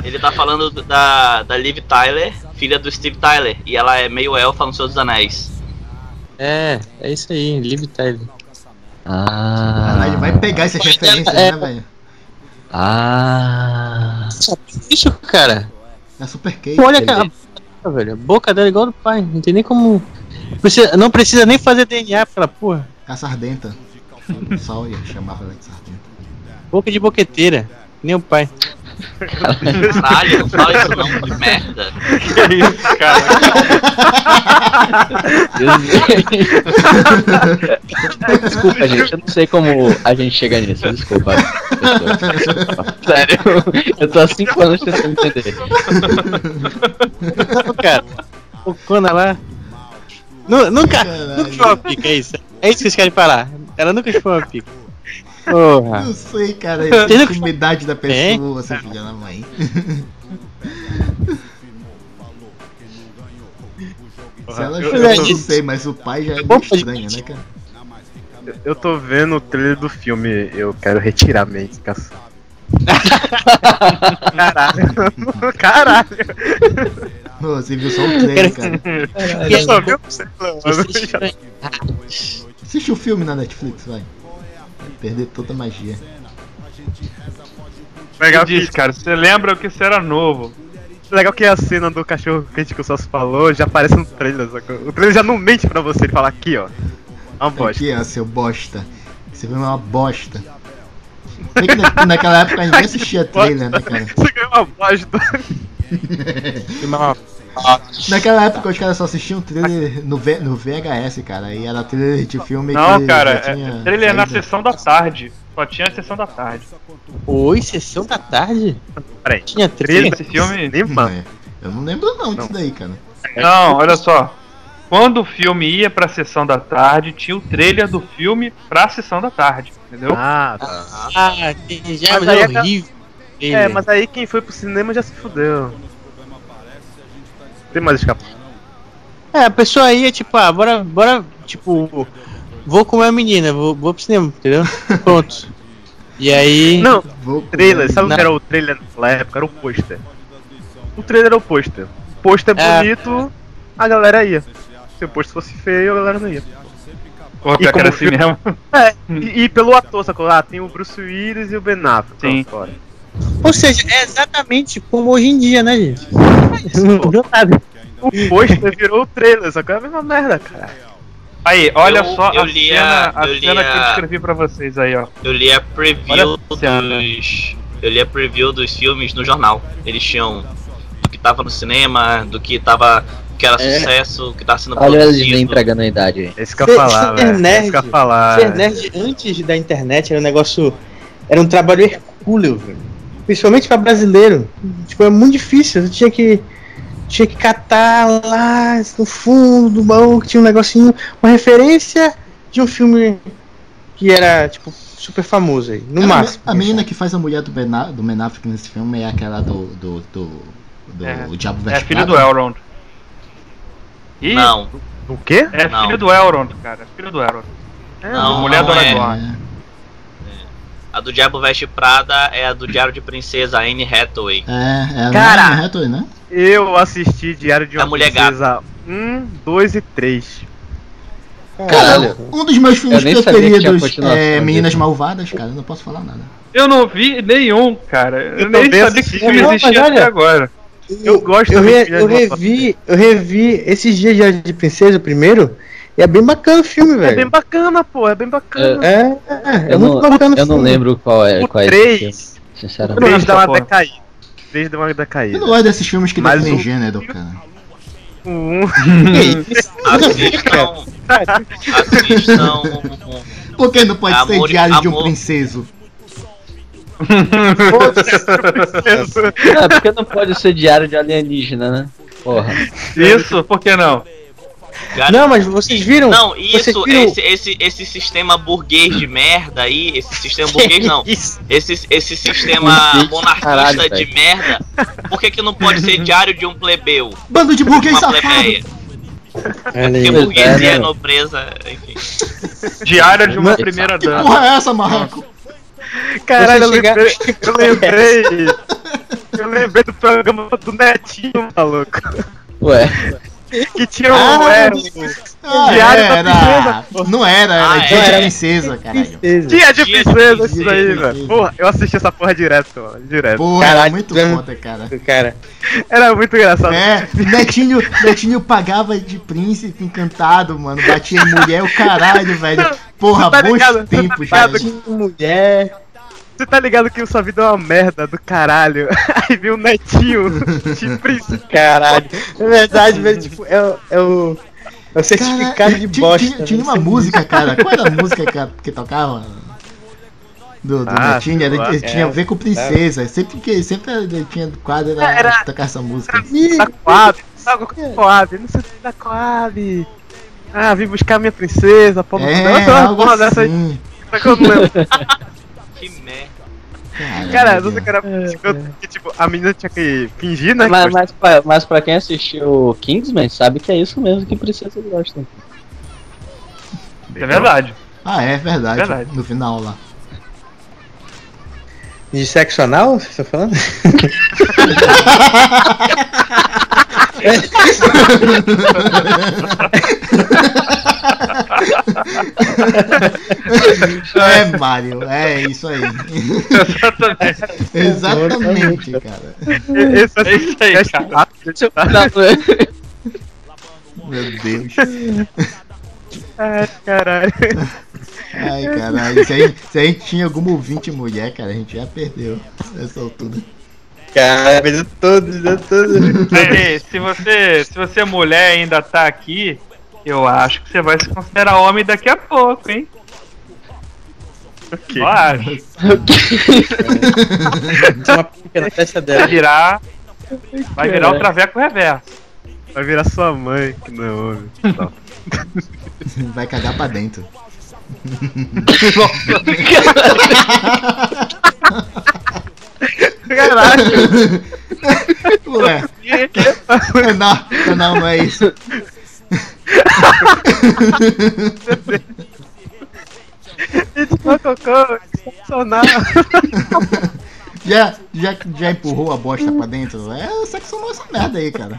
Ele tá falando do- da, da Liv Tyler, filha do Steve Tyler, e ela é meio elfa no Senhor dos Anéis. É, é isso aí, Live Tyler. Ah. Caralho, vai pegar essas referências, né, velho? Ah. Isso, cara. É super cake. Tu olha cara, a boca, velho. A boca dela é igual do pai. Não tem nem como. Precisa- não precisa nem fazer DNA pra aquela porra. A sardenta. O pessoal ia chamava ela de sardenta. Boca de boqueteira. que Nem o pai. Caralho, não fala isso não, de merda. Que isso, cara? desculpa, gente. Eu não sei como a gente chega nisso. Desculpa. pessoas. Sério. Eu tô há 5 anos tentando entender. Não, cara. O Kona lá. Nu- nunca, nunca chupou uma pica, é isso. É isso que vocês querem falar. Ela nunca chupou uma pica. Ah. Porra. Não sei, cara. Isso é a intimidade da pessoa, seu filho da mãe. Se ela Eu- chorou, eu eu- não sei, mas o pai já é meio Opa, estranho, né, cara? Eu tô vendo o trailer do filme, eu quero retirar minha indicação. Caralho. Caralho. Não, você viu só o trailer, cara. Eu só vi o trailer, mano. Assiste o filme na Netflix, vai. Vai perder toda a magia. Legal diz, cara. Você lembra que você era novo. Legal que a cena do cachorro quente que o Celso falou já aparece no trailer. só que O trailer já não mente pra você, ele fala aqui, ó. É uma bosta. Aqui, ó, seu bosta. Esse filme é uma bosta. Bem que na- naquela época ninguém assistia trailer, né, cara? Você ganhou é uma bosta. Naquela época os caras só assistiam trailer no, V- no VHS, cara. E era trailer de filme Não, que cara. já É, tinha trailer na saído. sessão da tarde. Só tinha a sessão da tarde. Oi, sessão da tarde? Peraí. Tinha três? Esse filme. É, Eu não lembro não disso daí, cara. Não, olha só. Quando o filme ia pra sessão da tarde, tinha o trailer do filme pra sessão da tarde, entendeu? Ah, Ah, que já Mas mas é aí é- horrível. É, mas aí quem foi pro cinema já se fudeu. Tem mais escapa. É, a pessoa ia, tipo, ah, bora, bora, tipo, vou comer a menina, vou, vou pro cinema, entendeu? Pronto. E aí. Não, Vou trailer, sabe o que Não. era o trailer naquela época? Era o pôster. O trailer era o pôster. O pôster É. bonito, a galera ia. Se o pôster fosse feio, a galera não ia. Pô, E pior que como era assim filme- mesmo. É, e, e pelo ator, sacou? Ah, tem o Bruce Willis e o Ben Affleck. Sim. Pronto, Fora. Ou seja, é exatamente como hoje em dia, né, gente? É Não mudou nada. O pôster virou o trailer, sacou? É a mesma merda, cara. Aí, olha Eu- só eu a li cena, a- a eu li cena que eu a- escrevi pra vocês aí, ó. Eu li a preview Olha a cena. dos. Eu li a preview dos filmes no jornal. Eles tinham do que tava no cinema, do que tava. que era É. sucesso, que tava sendo Olha eles produzido. nem entregando a idade aí. É isso que eu Ser- falar, ser velho. É isso nerd. que eu falar. Ah, Ser nerd antes da internet era um negócio. Era um trabalho hercúleo, velho. Principalmente pra brasileiro. Tipo, era muito difícil. Tu tinha que. Tinha que catar lá no fundo do baú que tinha um negocinho. Uma referência de um filme que era, tipo, super famoso aí. No Cara, a me- máximo. A menina que faz a mulher do Ben, A- do ben Affleck nesse filme é aquela do. do. do. do É. o Diabo É Veste filho do Prada. Elrond. E Não, O quê? é não. filho do Elrond, cara. É filho do Elrond. É, não, Mulher não do é. Aragorn. A do Diabo Veste Prada é a do Diário de Princesa Anne Hathaway. É, é Cara! Anne Hathaway, né? Eu assisti Diário de Da uma Mulher Princesa 1, 2 e 3. Cara, um dos meus filmes Eu nem sabia que tinha preferidos continuação é disso. Meninas Malvadas, cara. eu Não posso falar nada. Eu não vi nenhum, cara. Eu, Eu nem também sabia que assisti. esse filme Não, mas existia até olha, agora. Eu gosto eu, também re- de eu Diário de uma revi, eu revi esses dias de Diário de Princesa, o primeiro, e é bem bacana o filme, É bem velho. bacana, pô, é bem bacana. É, é, é Eu não, muito bacana o eu não filme. lembro qual é. o Qual é esse filme, 3, o sinceramente. 3 dá uma Porra. decaída. O 3 dá uma decaída. Eu não gosto desses filmes que Mas definem um? o- gênero, cara. O 1, Assistam. assistam. Por que não pode ser Amor- Diário de um amor- Princeso? É, porque não pode ser diário de alienígena, né? Porra. Isso, por que não? Não, mas vocês viram? Não, vocês isso, viram- esse, esse, esse sistema burguês de merda aí, esse sistema burguês não, Isso. esse, esse sistema Burguês, monarquista caralho, de velho. merda, por que que não pode ser diário de um plebeu? Bando de burguês Uma safado! plebeia? Olha aí. Porque Pois é, burguesia né? é nobreza, enfim. Diário de uma Mano, primeira Que dama. porra é essa, Marraco? Caralho, eu Você chegar- É. lembrei. Eu lembrei, eu lembrei do programa do Netinho, maluco. Ué. Que tinha um. Ah, é, Ah, Diário da era. Não era, era Ah, Diário era. de Princesa, caralho. Princesa. Dia de Dia de princesa, princesa. isso aí, velho. Porra, eu assisti essa porra direto, mano. Direto. Porra, era Caralho, muito grande- foda, cara. Cara, Era muito engraçado. É, Netinho, Netinho pagava de príncipe encantado, mano. Batia em mulher, o caralho, velho. Porra, Você tá bons ligado? Você tá tempos, ligado? velho. tinha mulher. Você tá ligado que o sua vida é uma merda do caralho. Aí vem o netinho de príncipe. Caralho. Na verdade, velho, tipo, é, o- é o. É o certificado de ti- ti- bosta. né? Tinha, velho. uma música, cara. Qual era a música que, que tocava? Do, do Ah, Netinho? sei Era- lá. É. tinha a ver com princesa. Sempre que sempre ele tinha quadro era, Era- um tocar essa música. Da Coab. Da É. Coab. Não sei o que da Coab. Ah, vim buscar minha princesa, pobre. É, algo porra dessa aí. assim. Só que eu não lembro. Que merda. Cara, você que era que, tipo, a menina tinha que fingir, né? que Mas, gostava. mas, pra, mas pra quem assistiu Kingsman, sabe que é isso mesmo que princesas gostam. É verdade. Ah, é verdade. Verdade. No final lá. De sexo anal, vocês estão falando? é, Mario. É isso aí. É, Exatamente, cara. Esse É isso aí, cara. Meu Deus. Ai, caralho. Ai, caralho. Se a, gente, se a gente tinha alguma ouvinte mulher, cara, a gente já perdeu essa altura. Cara, mas eu tô, eu tô. né? Aí, se você, se você é mulher e ainda tá aqui, eu acho que você vai se considerar homem daqui a pouco, hein? Ok. Eu acho. Tinha uma pica na testa Vai dela. virar, vai É. virar o traveco reverso. Vai virar sua mãe, que não é homem. Tá. Vai cagar pra dentro. Caralho, Ué, não, não, não é isso. Cocô, sensacional. Já, já, já empurrou a bosta pra dentro? É o sexo não é essa merda aí, cara.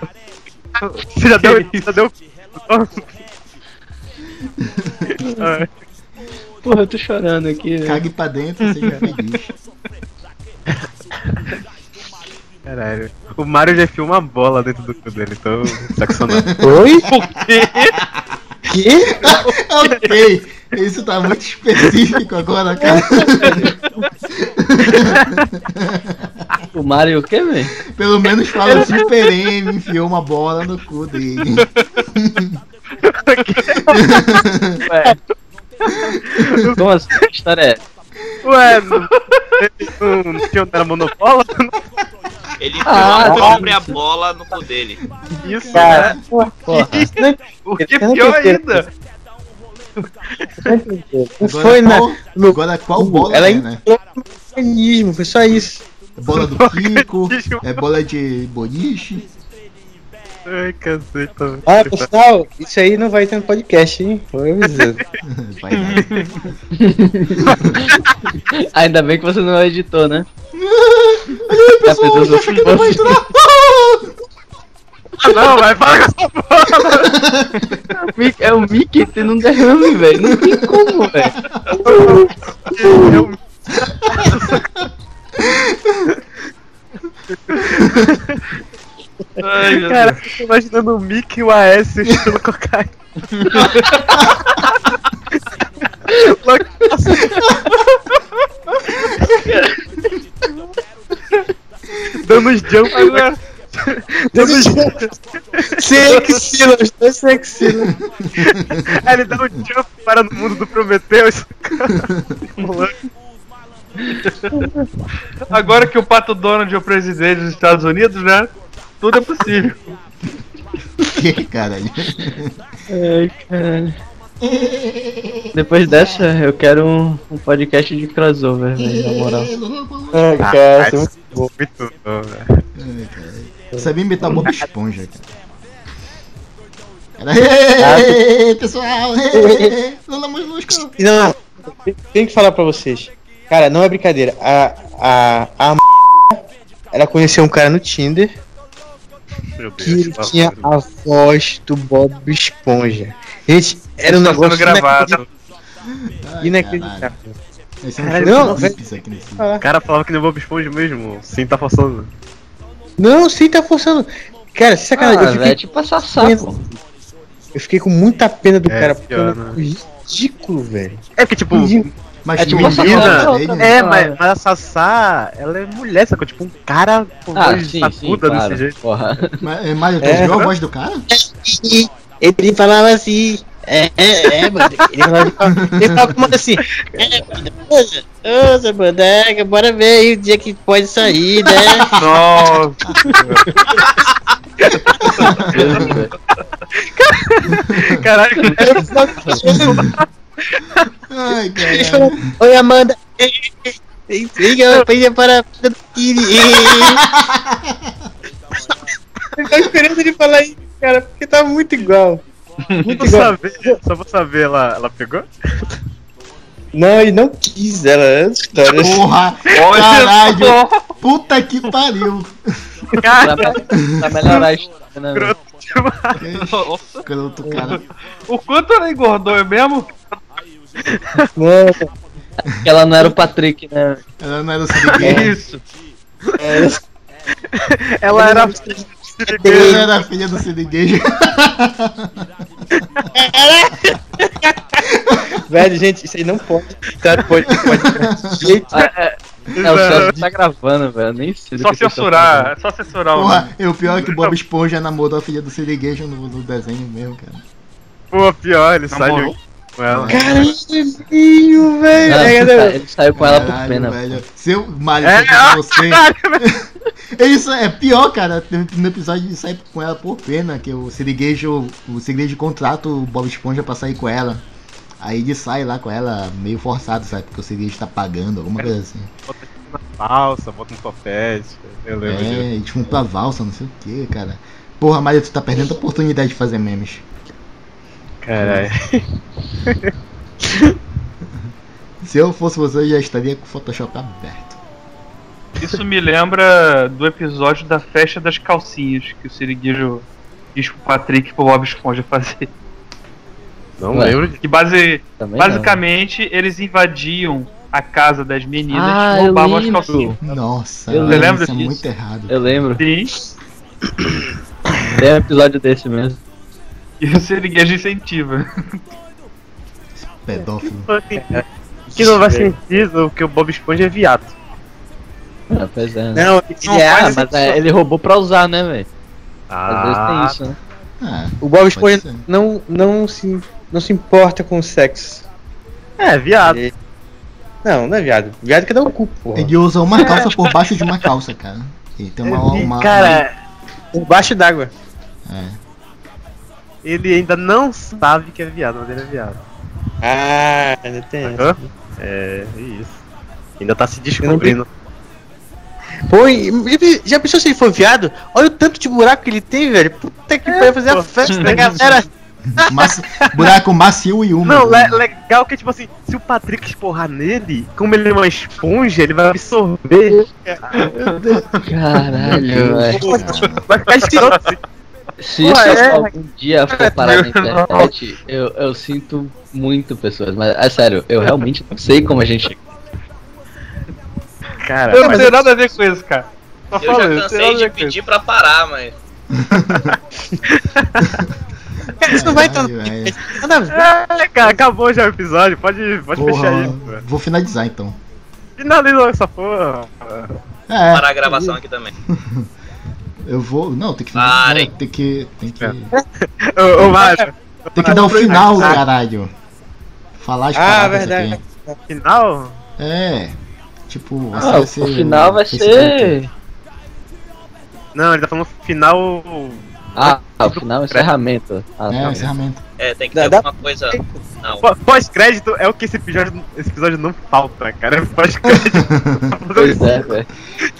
Você já deu. Já deu. Ai, Porra, eu tô chorando aqui. né? Cague pra dentro, é seja feliz. Caralho. O Mario já enfiou uma bola dentro do cu dele, então. Saxonal. Oi? Que? ok, isso tá muito específico agora, cara. O Mario o quê, velho? Pelo menos fala o Super M, enfiou uma bola no cu dele. Como assim? Que história é? essa? Ué, não, ele não, não tinha não era monopola? Ele Ah, enfiou a própria bola no cu dele. Isso, Cara, né? porra. O que é Eu não pior entendi. ainda? Não Agora tá foi na. qual, agora qual bola Ela é, né? Mecanismo, foi só isso. É bola do Kiko, é bola de boliche. Ai, cacete. Ah, pessoal, isso aí não vai ter no podcast, hein? Vou avisando. Vai lá. Ainda bem que você não editou, né? Ai, pessoal, hoje acha que não vai entrar. Não, vai, para com essa Mickey- É o Mickey tendo um derrame, velho. Não tem como, velho. Ai, meu Cara, eu tô imaginando o Mickey e o AS estilo cocaína. Dando os jump agora. Dando os jump. Sexila, os dois sexila. Aí ele dá um jump para no mundo do Prometheus. Pulando. Agora que o Pato Donald é o presidente dos Estados Unidos, né? Tudo é possível. Que caralho. Ai, caralho. Depois dessa, eu quero um, um podcast de crossover, velho, na moral. Ah, cara, isso é muito bom. Muito bom, velho. Ai, caralho. Sabia imitar o Bob Esponja, cara. Era, "Ei, pessoal, ei, não damos música. E Não, não. Tem- Tem que falar pra vocês. Cara, não é brincadeira. A. A. a m... Ela conheceu um cara no Tinder Meu Deus. que ele maluco. tinha um a voz do Bob Esponja. Gente, era um Tá sendo negócio gravado. inacreditável. inacreditável. Esse é um Caralho, show de não, velho. clipes aqui nesse- Ah. O cara falava que nem o Bob Esponja mesmo. Sim, tá passando. Não, sim, tá forçando. Cara, sem sacanagem, Ah, eu, velho, fiquei, tipo passar sapo. eu fiquei com muita pena do É, cara. pior, porque era ridículo, velho. É porque, tipo, Ridículo. Mas é tipo menina, menina. menina. É, mas, mas a Sassá, ela é mulher, sacou? Tipo, um cara com Ah, voz sim, sacuda sim, claro, desse jeito. Ma- é, Mário, tu É. viu a voz do cara? Ele falava assim. É, é, é, mano. Ele falava, ele falava mano, assim. É, mano, ô, seu bodega, bora ver aí o dia que pode sair, né? Nossa. Caralho, Ai, Ele falou, Oi, Amanda. Liga, eu aprendi para a vida do Kiri. Eu tô esperando ele falar isso, cara, porque tá muito igual. Muito Vou igual. saber, só vou saber, ela, ela pegou? Não, ele não quis, ela é outra história. Porra! Olha Caralho! Puta que pariu! Pra, me- pra melhorar a história, né? mano? É. Escroto, cara. O quanto ela engordou é mesmo? Ela não era o Patrick, né? Ela não era o É Sirigueira. Isso. É. Ela era Ela era a filha do Sirigueira. Velho, gente, isso aí não pode. Cara, pode, pode. de jeito. É, o Celso tá gravando, velho. Nem sei do Só que vocês estão censurar, é só censurar o. Porra, e o pior é que o Bob Esponja namorou a filha do Sirigueira no, no desenho mesmo, cara. Pô, tipo pior, ele Namorou? saiu com ela. Caralho, velho. falando. Não, É, ele, galera, sa- ele saiu com ela por Caralho, pena. velho. velho. Seu Mário, É, se eu fosse você. Isso é pior, cara. Tem- No episódio de sair com ela por pena, que o Siriguejo, o Siriguejo contrata o Bob Esponja pra sair com ela. Aí ele sai lá com ela meio forçado, sabe? Porque o Siriguejo tá pagando, É. alguma coisa assim. Falsa, bota um topete. Eu lembro disso. É, e tipo pra valsa, não sei o que, cara. Porra, Mário, tu tá perdendo a oportunidade de fazer memes. Caralho. Se eu fosse você, eu já estaria com o Photoshop aberto. Isso me lembra do episódio da festa das calcinhas que o Siriguejo diz pro Patrick e pro Bob Esponja fazer. Não Ué. lembro de. Que base, Também não. basicamente eles invadiam a casa das meninas Ah, e eu roubavam as lembro. calcinhas. Nossa, Eu mano, lembro isso é disso. muito errado. Eu lembro. Sim. Tem um episódio desse mesmo. E o Siriguejo incentiva. Pedófilo. Que não faz sentido, porque o Bob Esponja é viado. Ah, pois é. né? Não, Não é, faz ah, isso. mas é, ele roubou pra usar, né, velho? Ah, Às vezes tem isso, né? Ah, o Bob pode Esponja ser. não, não, se, não se importa com o sexo. É, tá. viado. Ele- Não, não é viado. Viado que dá o cu, porra. Ele usa uma calça por baixo de uma calça, cara. Ele é tem uma. uma Cara, Embaixo d'água. ele ainda não sabe que é viado, mas ele é viado. Ah, ainda tem. essa. Hã? É, é isso. Ainda tá se descobrindo. Pô, e- e- já pensou se ele for viado? Olha o tanto de buraco que ele tem, velho. Puta É, que pariu, fazer a festa da galera. uma- maci- buraco macio e úmido. Não, le- legal que, tipo assim, se o Patrick esporrar nele, como ele é uma esponja, ele vai absorver. Uhum. Caralho, velho. Vai ficar escroto. Se Porra, isso é? algum dia for parar na internet, eu, eu sinto muito pessoas. Mas, é sério, eu realmente não sei como a gente. Cara, Eu não mas tenho nada a ver com isso, cara. Só Eu falando, já não tenho cansei nada a de ver com isso. pedir pra parar, mas. Cara, isso não vai Caralho, tanto. velho. Nada a ver. É, cara, acabou já o episódio, pode, pode Porra, fechar aí. pô. vou finalizar então. Finaliza essa porra. É, Parar a gravação aqui também. eu vou. Não, tem que finalizar. Parem. Tem que. Tem que, Ô, ô Mário, tem que dar o final, caralho. Falar as Ah, paradas verdade. aqui. final? É. Tipo, você Ah, vai o ser né, final vai Facebook. ser. Não, ele tá falando final. Ah, o final é encerramento. Ah, É, tá. encerramento. É, tem que Dá- ter dá- alguma coisa. Não. pó- Pós-crédito é o que esse episódio, esse episódio não falta, cara. É Pós-crédito. Pois é, velho.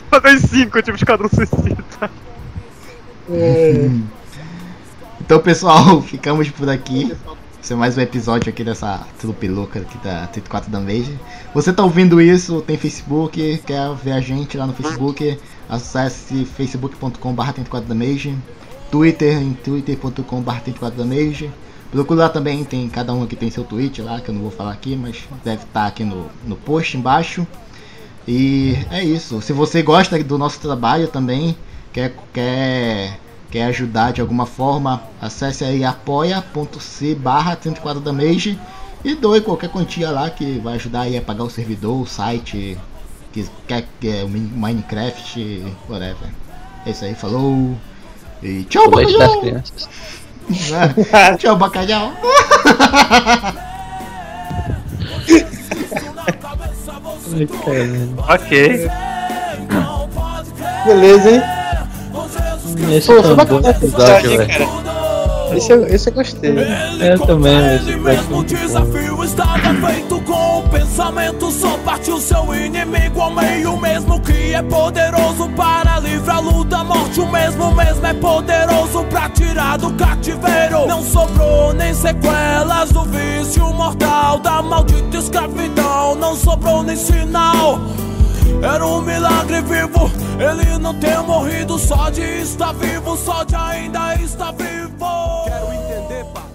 Fazer os cinco, tipo Esquadrão Suicida. Então, pessoal, ficamos por aqui. Esse é mais um episódio aqui dessa trupe louca aqui da 34 da Mage. Você tá ouvindo isso, tem Facebook, quer ver a gente lá no Facebook, acesse facebook.com.br 34 da Mage, Twitter em twitter.com.br 34 da Mage. Procura lá também, tem cada um aqui tem seu tweet lá, que eu não vou falar aqui, mas deve estar aqui no, no post embaixo. E é isso. Se você gosta do nosso trabalho também, quer, quer, quer ajudar de alguma forma, acesse aí apoia.se barra 34 da Mage E doe qualquer quantia lá que vai ajudar aí a pagar o servidor, o site, que quer que é o Min- Minecraft, whatever. É isso aí, falou. E tchau, O leite das bacalhau! crianças. tchau, bacalhau! Ok. Beleza, hein? Esse Pô, foi um foi bom bacana esse episódio, episódio, hein, velho. cara. Esse eu, esse eu gostei. Eu também, esse episódio foi O muito bom. desafio estava feito com o pensamento. Só parte o seu inimigo ao meio, mesmo que é poderoso para livrá-lo da morte. O mesmo mesmo é poderoso pra tirar do cativeiro. Não sobrou nem sequelas do vício mortal da maldita escravidão. Não sobrou nem sinal. Era um milagre vivo. Ele não ter morrido só de estar vivo, só de ainda estar vivo. Quero entender, pá.